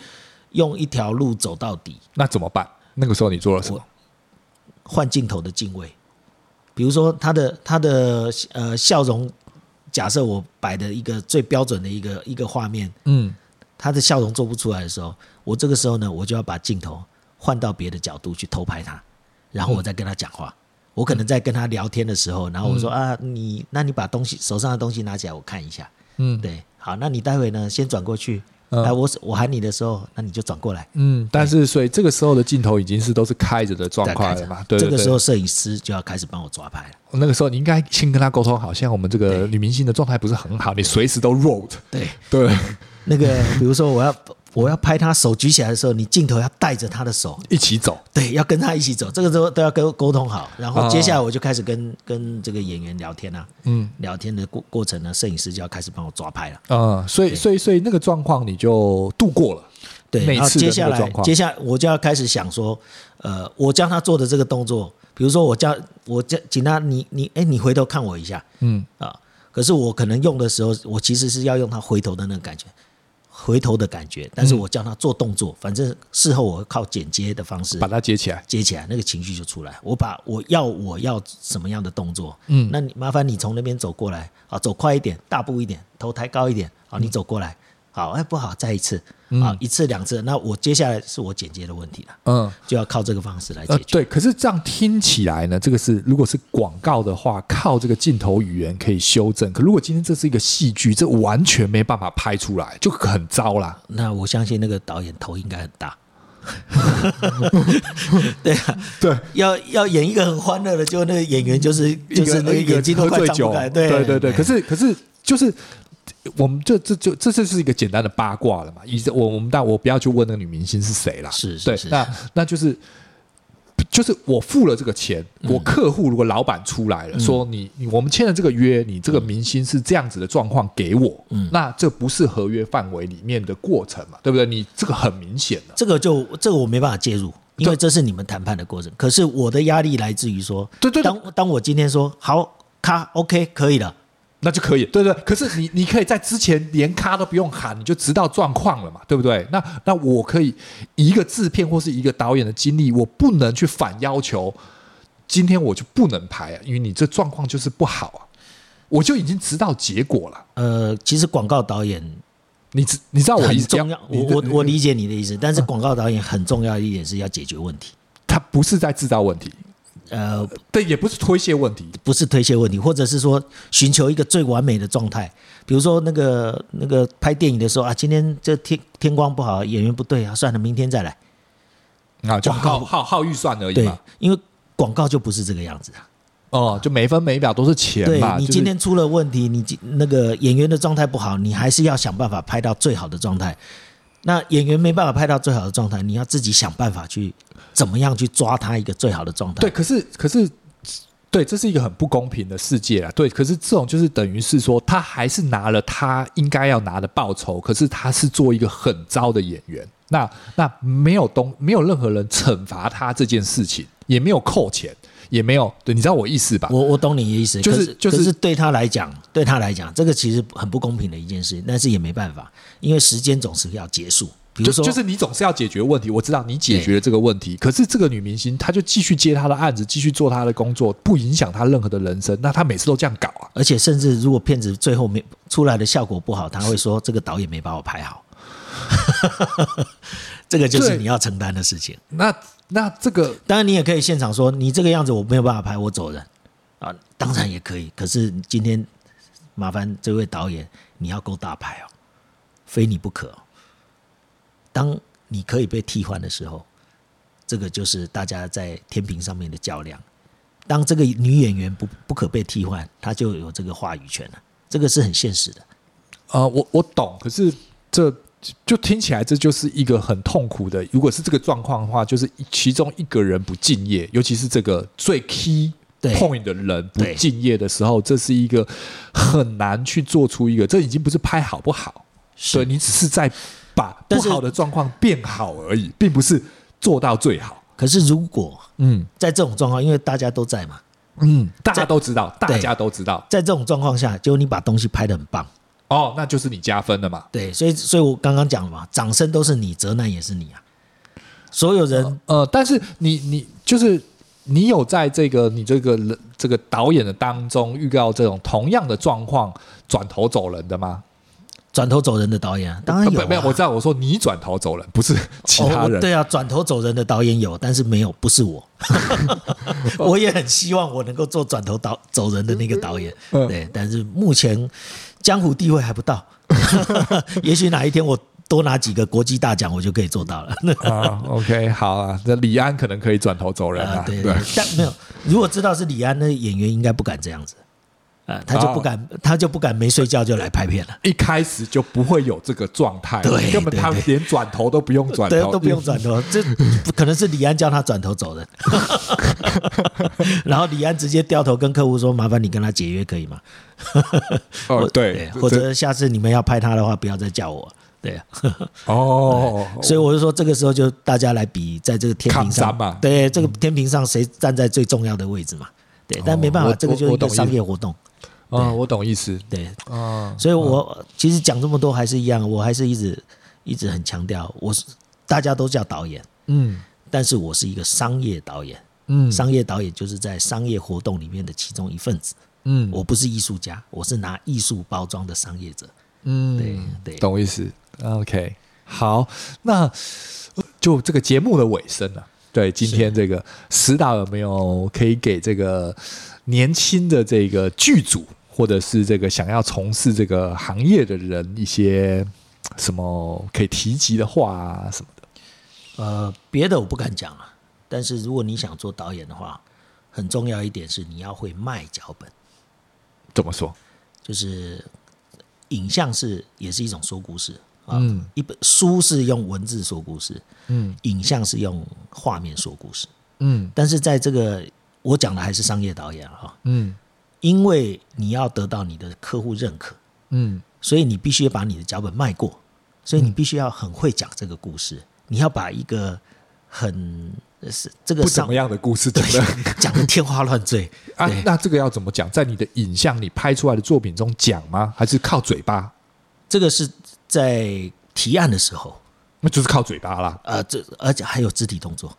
用一条路走到底。那怎么办？那个时候你做了什么？换镜头的敬畏。比如说他的他的呃笑容，假设我摆的一个最标准的一个一个画面，嗯，他的笑容做不出来的时候，我这个时候呢，我就要把镜头换到别的角度去偷拍他，然后我再跟他讲话。我可能在跟他聊天的时候，然后我说、啊，你那你把东西手上的东西拿起来，我看一下。嗯对，好，那你待会呢，先转过去。嗯来，我我喊你的时候，那你就转过来。嗯，但是所以这个时候的镜头已经是都是开着的状再况开了始嘛？对这对对。个时候摄影师就要开始帮我抓拍了。那个时候你应该先跟他沟通好，像我们这个对女明星的状态不是很好，你随时都 roll。对，对， 那个，比如说我要我要拍他手举起来的时候，你镜头要带着他的手，一起走。对，要跟他一起走，这个都都要沟沟通好。然后接下来我就开始跟、跟这个演员聊天啊，哦嗯聊天的过过程呢，摄影师就要开始帮我抓拍了。啊、所以所以所以那个状况你就度过了。对，那一然后次的接下那个来状况接下来我就要开始想说，呃，我教他做的这个动作，比如说我教我教请他你你哎，你回头看我一下嗯，啊，可是我可能用的时候，我其实是要用他回头的那个感觉。回头的感觉，但嗯是我叫他做动作，反正事后我靠剪接的方式把它接起来。接起来，那个情绪就出来。我把我要我要什么样的动作，嗯那你麻烦你从那边走过来，啊，走快一点，大步一点，头抬高一点，嗯啊，你走过来，好，哎，不好，再一次，啊，一次两次，那我接下来是我剪接的问题了，嗯，就要靠这个方式来呃解，决。对。可是这样听起来呢，这个是如果是广告的话，靠这个镜头语言可以修正。可如果今天这是一个戏剧，这完全没办法拍出来，就很糟啦。那我相信那个导演头应该很大。对啊，对，要要演一个很欢乐的，就那个演员就是一就是那个眼睛都喝快醉张酒不开，，对对对。哎可是可是就是。我们这这就这就是一个简单的八卦了嘛？以这我我们但我不要去问那个女明星是谁啦，是是对，是那那就是就是我付了这个钱，嗯我客户如果老板出来了、说你你我们签了这个约，你这个明星是这样子的状况给我，嗯那这不是合约范围里面的过程嘛，对不对？你这个很明显的，这个就这个我没办法介入，因为这是你们谈判的过程。可是我的压力来自于说，对对对当当我今天说好咔 OK 可以了，那就可以，对对。可是你你可以在之前连咖都不用喊，你就知道状况了嘛，对不对？那那我可以以一个制片或是一个导演的经历，我不能去反要求，今天我就不能拍啊，因为你这状况就是不好啊，我就已经知道结果了。呃，其实广告导演你知你知道我很意思嗯重要，我我我理解你的意思，但是广告导演很重要的一点是要解决问题，他不是在制造问题，呃，对，也不是推卸问题，不是推卸问题，或者是说寻求一个最完美的状态。比如说那个那个拍电影的时候啊，今天这天天光不好，演员不对啊，算了，明天再来。啊，就广告耗耗耗预算而已对嘛，，因为广告就不是这个样子啊。哦，就每分每秒都是钱对嘛，你就是今天出了问题，你今那个演员的状态不好，你还是要想办法拍到最好的状态。那演员没办法拍到最好的状态，你要自己想办法去怎么样去抓他一个最好的状态。对，，可是可是，对，这是一个很不公平的世界啦。对，可是这种就是等于是说，他还是拿了他应该要拿的报酬，可是他是做一个很糟的演员。那那没有东，没有任何人惩罚他这件事情，也没有扣钱，也没有对，你知道我意思吧？我我懂你的意思，就是可就可是是对他来讲，对他来讲，这个其实很不公平的一件事情，但是也没办法，因为时间总是要结束。比就如说，嗯就是你总是要解决问题，我知道你解决了这个问题，可是这个女明星她就继续接她的案子，继续做她的工作，不影响她任何的人生。那她每次都这样搞啊？而且甚至如果片子最后没出来的效果不好，他会说这个导演没把我拍好， 这个就是对你要承担的事情。那那这个当然，你也可以现场说你这个样子我没有办法拍，我走人啊，当然也可以。可是今天麻烦这位导演，你要够大牌哦，非你不可哦、当你可以被替换的时候，这个就是大家在天平上面的较量。当这个女演员不不可被替换，她就有这个话语权了，这个是很现实的。呃，我我懂，可是这就听起来这就是一个很痛苦的。如果是这个状况的话，就是一其中一个人不敬业，尤其是这个最 key 对 point 的人不对敬业的时候，这是一个很难去做出一个，这已经不是拍好不好，是对你只是在把但不是好的状况变好而已，并不是做到最好。可是如果嗯在这种状况，因为大家都在嘛，嗯，大在家都知道，大对家都知道，在这种状况下，就你把东西拍得很棒。哦，那就是你加分了嘛。对，所以所以我刚刚讲了嘛，掌声都是你，责难也是你啊。所有人、呃，但是你你就是你有在这个你这个人这个导演的当中遇到这种同样的状况转头走人的吗？转头走人的导演啊，当然有、啊呃不没有，我知道我说你转头走人，不是其他哦人。我对啊，转头走人的导演有，但是没有，不 是我。我也很希望我能够做转头导走人的那个导演，嗯对，但是目前江湖地位还不到， 也许哪一天我多拿几个国际大奖，我就可以做到了。啊，OK，好啊，那李安可能可以转头走人啊，啊，对对，但没有，如果知道是李安，那演员应该不敢这样子。呃，他哦就不敢，他就不敢没睡觉就来拍片了。一开始就不会有这个状态，对根本他对连转头都不用转对，头，都不用转 头，这可能是李安叫他转头走的， 然后李安直接掉头跟客户说：“麻烦你跟他解约可以吗？”哦，对对，，或者下次你们要拍他的话，不要再叫我。对，啊哦，所以我就说，这个时候就大家来比，在这个天平抗上战嘛嗯对，这个天平上谁站在最重要的位置嘛？对，但没办哦法，我这个就是我一懂个意思商业活动。嗯，我懂意思，对，嗯，所以我其实讲这么多还是一样，我还是一直一直很强调，我是大家都叫导演，嗯但是我是一个商业导演。嗯商业导演就是在商业活动里面的其中一份子。嗯，我不是艺术家，我是拿艺术包装的商业者。对嗯，对懂意思。OK，好，那就这个节目的尾声了、对，今天这个石导有没有可以给这个年轻的这个剧组，或者是这个想要从事这个行业的人一些什么可以提及的话啊什么的？呃，别的我不敢讲啊，但是如果你想做导演的话，很重要一点是你要会卖脚本，怎么说？就是影像是也是一种说故事啊。嗯一本书是用文字说故事，嗯影像是用画面说故事。嗯但是在这个我讲的还是商业导演啊，嗯因为你要得到你的客户认可，嗯所以你必须把你的脚本卖过，所以你必须要很会讲这个故事，你要把一个很呃是这个不怎上么样的故事讲的 讲的天花乱坠 啊对，那这个要怎么讲？在你的影像你拍出来的作品中讲吗？还是靠嘴巴？这个是在提案的时候，那就是靠嘴巴啦。呃，这而且还有肢体动作，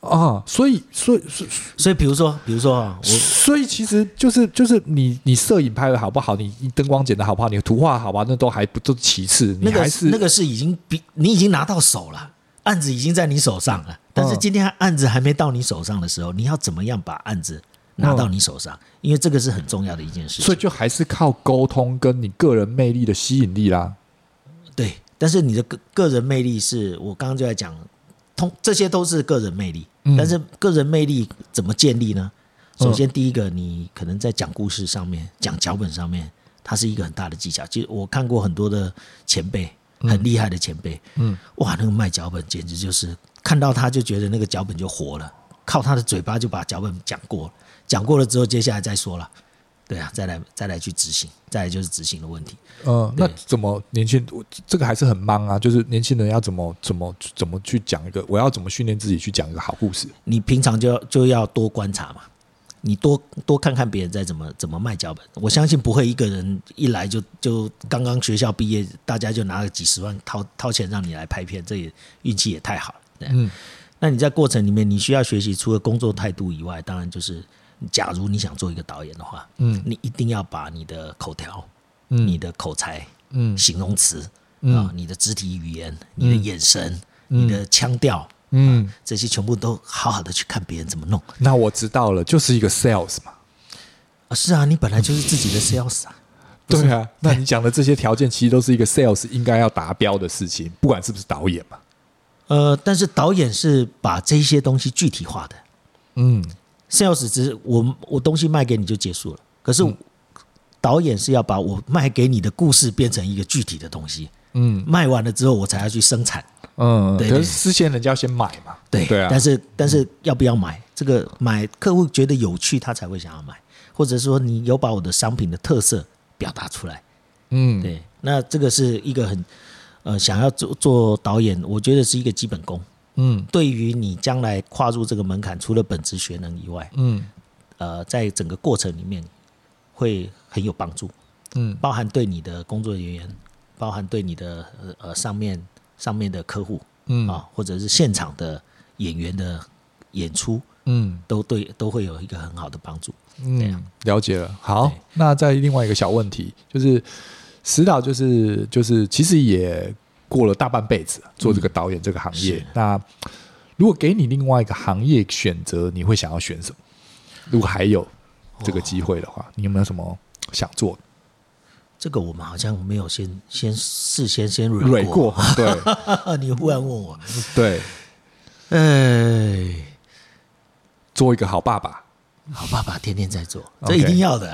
啊，所以，所以，所以所以比如说，比如说啊，我所以，其实就是就是你你摄影拍的好不好，你你灯光剪的好不好，你图画好吧，那都还不都是其次，你那还个是那个是已经比你已经拿到手了，案子已经在你手上了，但是嗯今天案子还没到你手上的时候，你要怎么样把案子拿到你手上？因为这个是很重要的一件事情。所以就还是靠沟通跟你个人魅力的吸引力啦。对，但是你的个个人魅力是我刚刚就在讲，通这些都是个人魅力，嗯但是个人魅力怎么建立呢？嗯首先，第一个，你可能在讲故事上面、讲脚本上面，它是一个很大的技巧。其实我看过很多的前辈，很厉害的前辈，嗯，哇，那个卖脚本简直就是看到他就觉得那个脚本就活了，靠他的嘴巴就把脚本讲过了，讲过了之后，接下来再说了，对啊，再来再来去执行，再来就是执行的问题。嗯，那对怎么年轻我这个还是很忙啊？就是年轻人要怎么怎么怎么去讲一个，我要怎么训练自己去讲一个好故事？你平常就要就要多观察嘛，你多多看看别人在怎么怎么卖脚本。我相信不会一个人一来就就刚刚学校毕业，大家就拿了几十万掏掏钱让你来拍片，这也运气也太好了。对嗯那你在过程里面，你需要学习除了工作态度以外，当然就是，假如你想做一个导演的话，嗯你一定要把你的口条、嗯你的口才、嗯形容词、嗯啊、你的肢体语言、你的眼神、你的腔调。嗯，这些全部都好好的去看别人怎么弄，那我知道了，就是一个 sales 嘛。啊，是啊，你本来就是自己的 sales 啊，对啊，那你讲的这些条件其实都是一个 sales 应该要达标的事情，不管是不是导演嘛。呃，但是导演是把这些东西具体化的嗯，sales 只是我我东西卖给你就结束了，可是导演是要把我卖给你的故事变成一个具体的东西，嗯，卖完了之后我才要去生产，嗯，对可是对事先人家要先买嘛，对，对啊，但是但是要不要买，这个买客户觉得有趣，他才会想要买，或者说你有把我的商品的特色表达出来，嗯，对，那这个是一个很呃想要做做导演，我觉得是一个基本功。嗯对于你将来跨入这个门槛，除了本职学能以外，嗯呃，在整个过程里面会很有帮助，嗯包含对你的工作人员，包含对你的呃呃上面上面的客户嗯啊，或者是现场的演员的演出，嗯都对都会有一个很好的帮助。啊嗯，了解了。好，那再另外一个小问题就是，石导就是就是其实也过了大半辈子做这个导演这个行业，嗯是那如果给你另外一个行业选择，你会想要选什么？如果还有这个机会的哦话，你有没有什么想做的？这个我们好像没有先先事先先蕊蕊过，对 你忽然问我， 对，哎，做一个好爸爸，好爸爸天天在做， OK 这一定要的。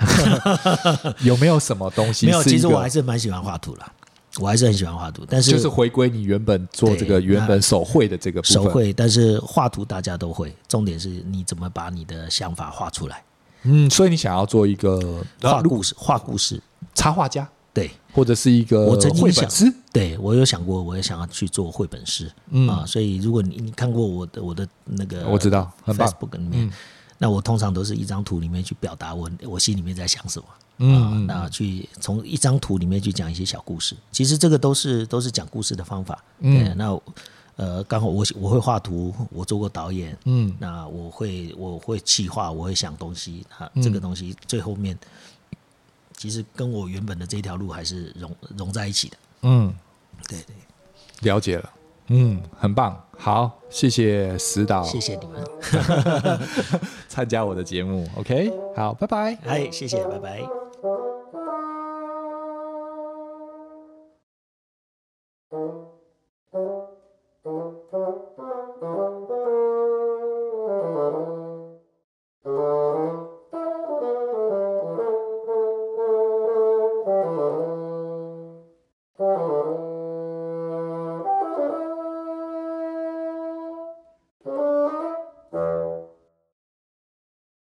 有没有什么东西呃 没有，是一其实个我还是蛮喜欢画图啦，我还是很喜欢画图，但是就是回归你原本做这个对原本手绘的这个部分手，绘，但是画图大家都会，重点是你怎么把你的想法画出来，嗯，所以你想要做一个画呃故事，画故事。插画家，对，或者是一个我曾经绘想本师，对我有想过，我也想要去做绘本师、嗯啊。所以如果你你看过我的我的那个，我知道很棒嗯 Facebook 里面，那我通常都是一张图里面去表达我我心里面在想什么。啊嗯，那去从一张图里面去讲一些小故事，其实这个都是都是讲故事的方法。嗯对，那呃，刚好我我会画图，我做过导演，嗯那我会我会企划，我会想东西，啊，嗯这个东西最后面其实跟我原本的这条路还是融融在一起的。嗯，对对，了解了，嗯，很棒，好，谢谢石导谢谢你们， 参加我的节目，OK，好，拜拜。哎，谢谢，拜拜。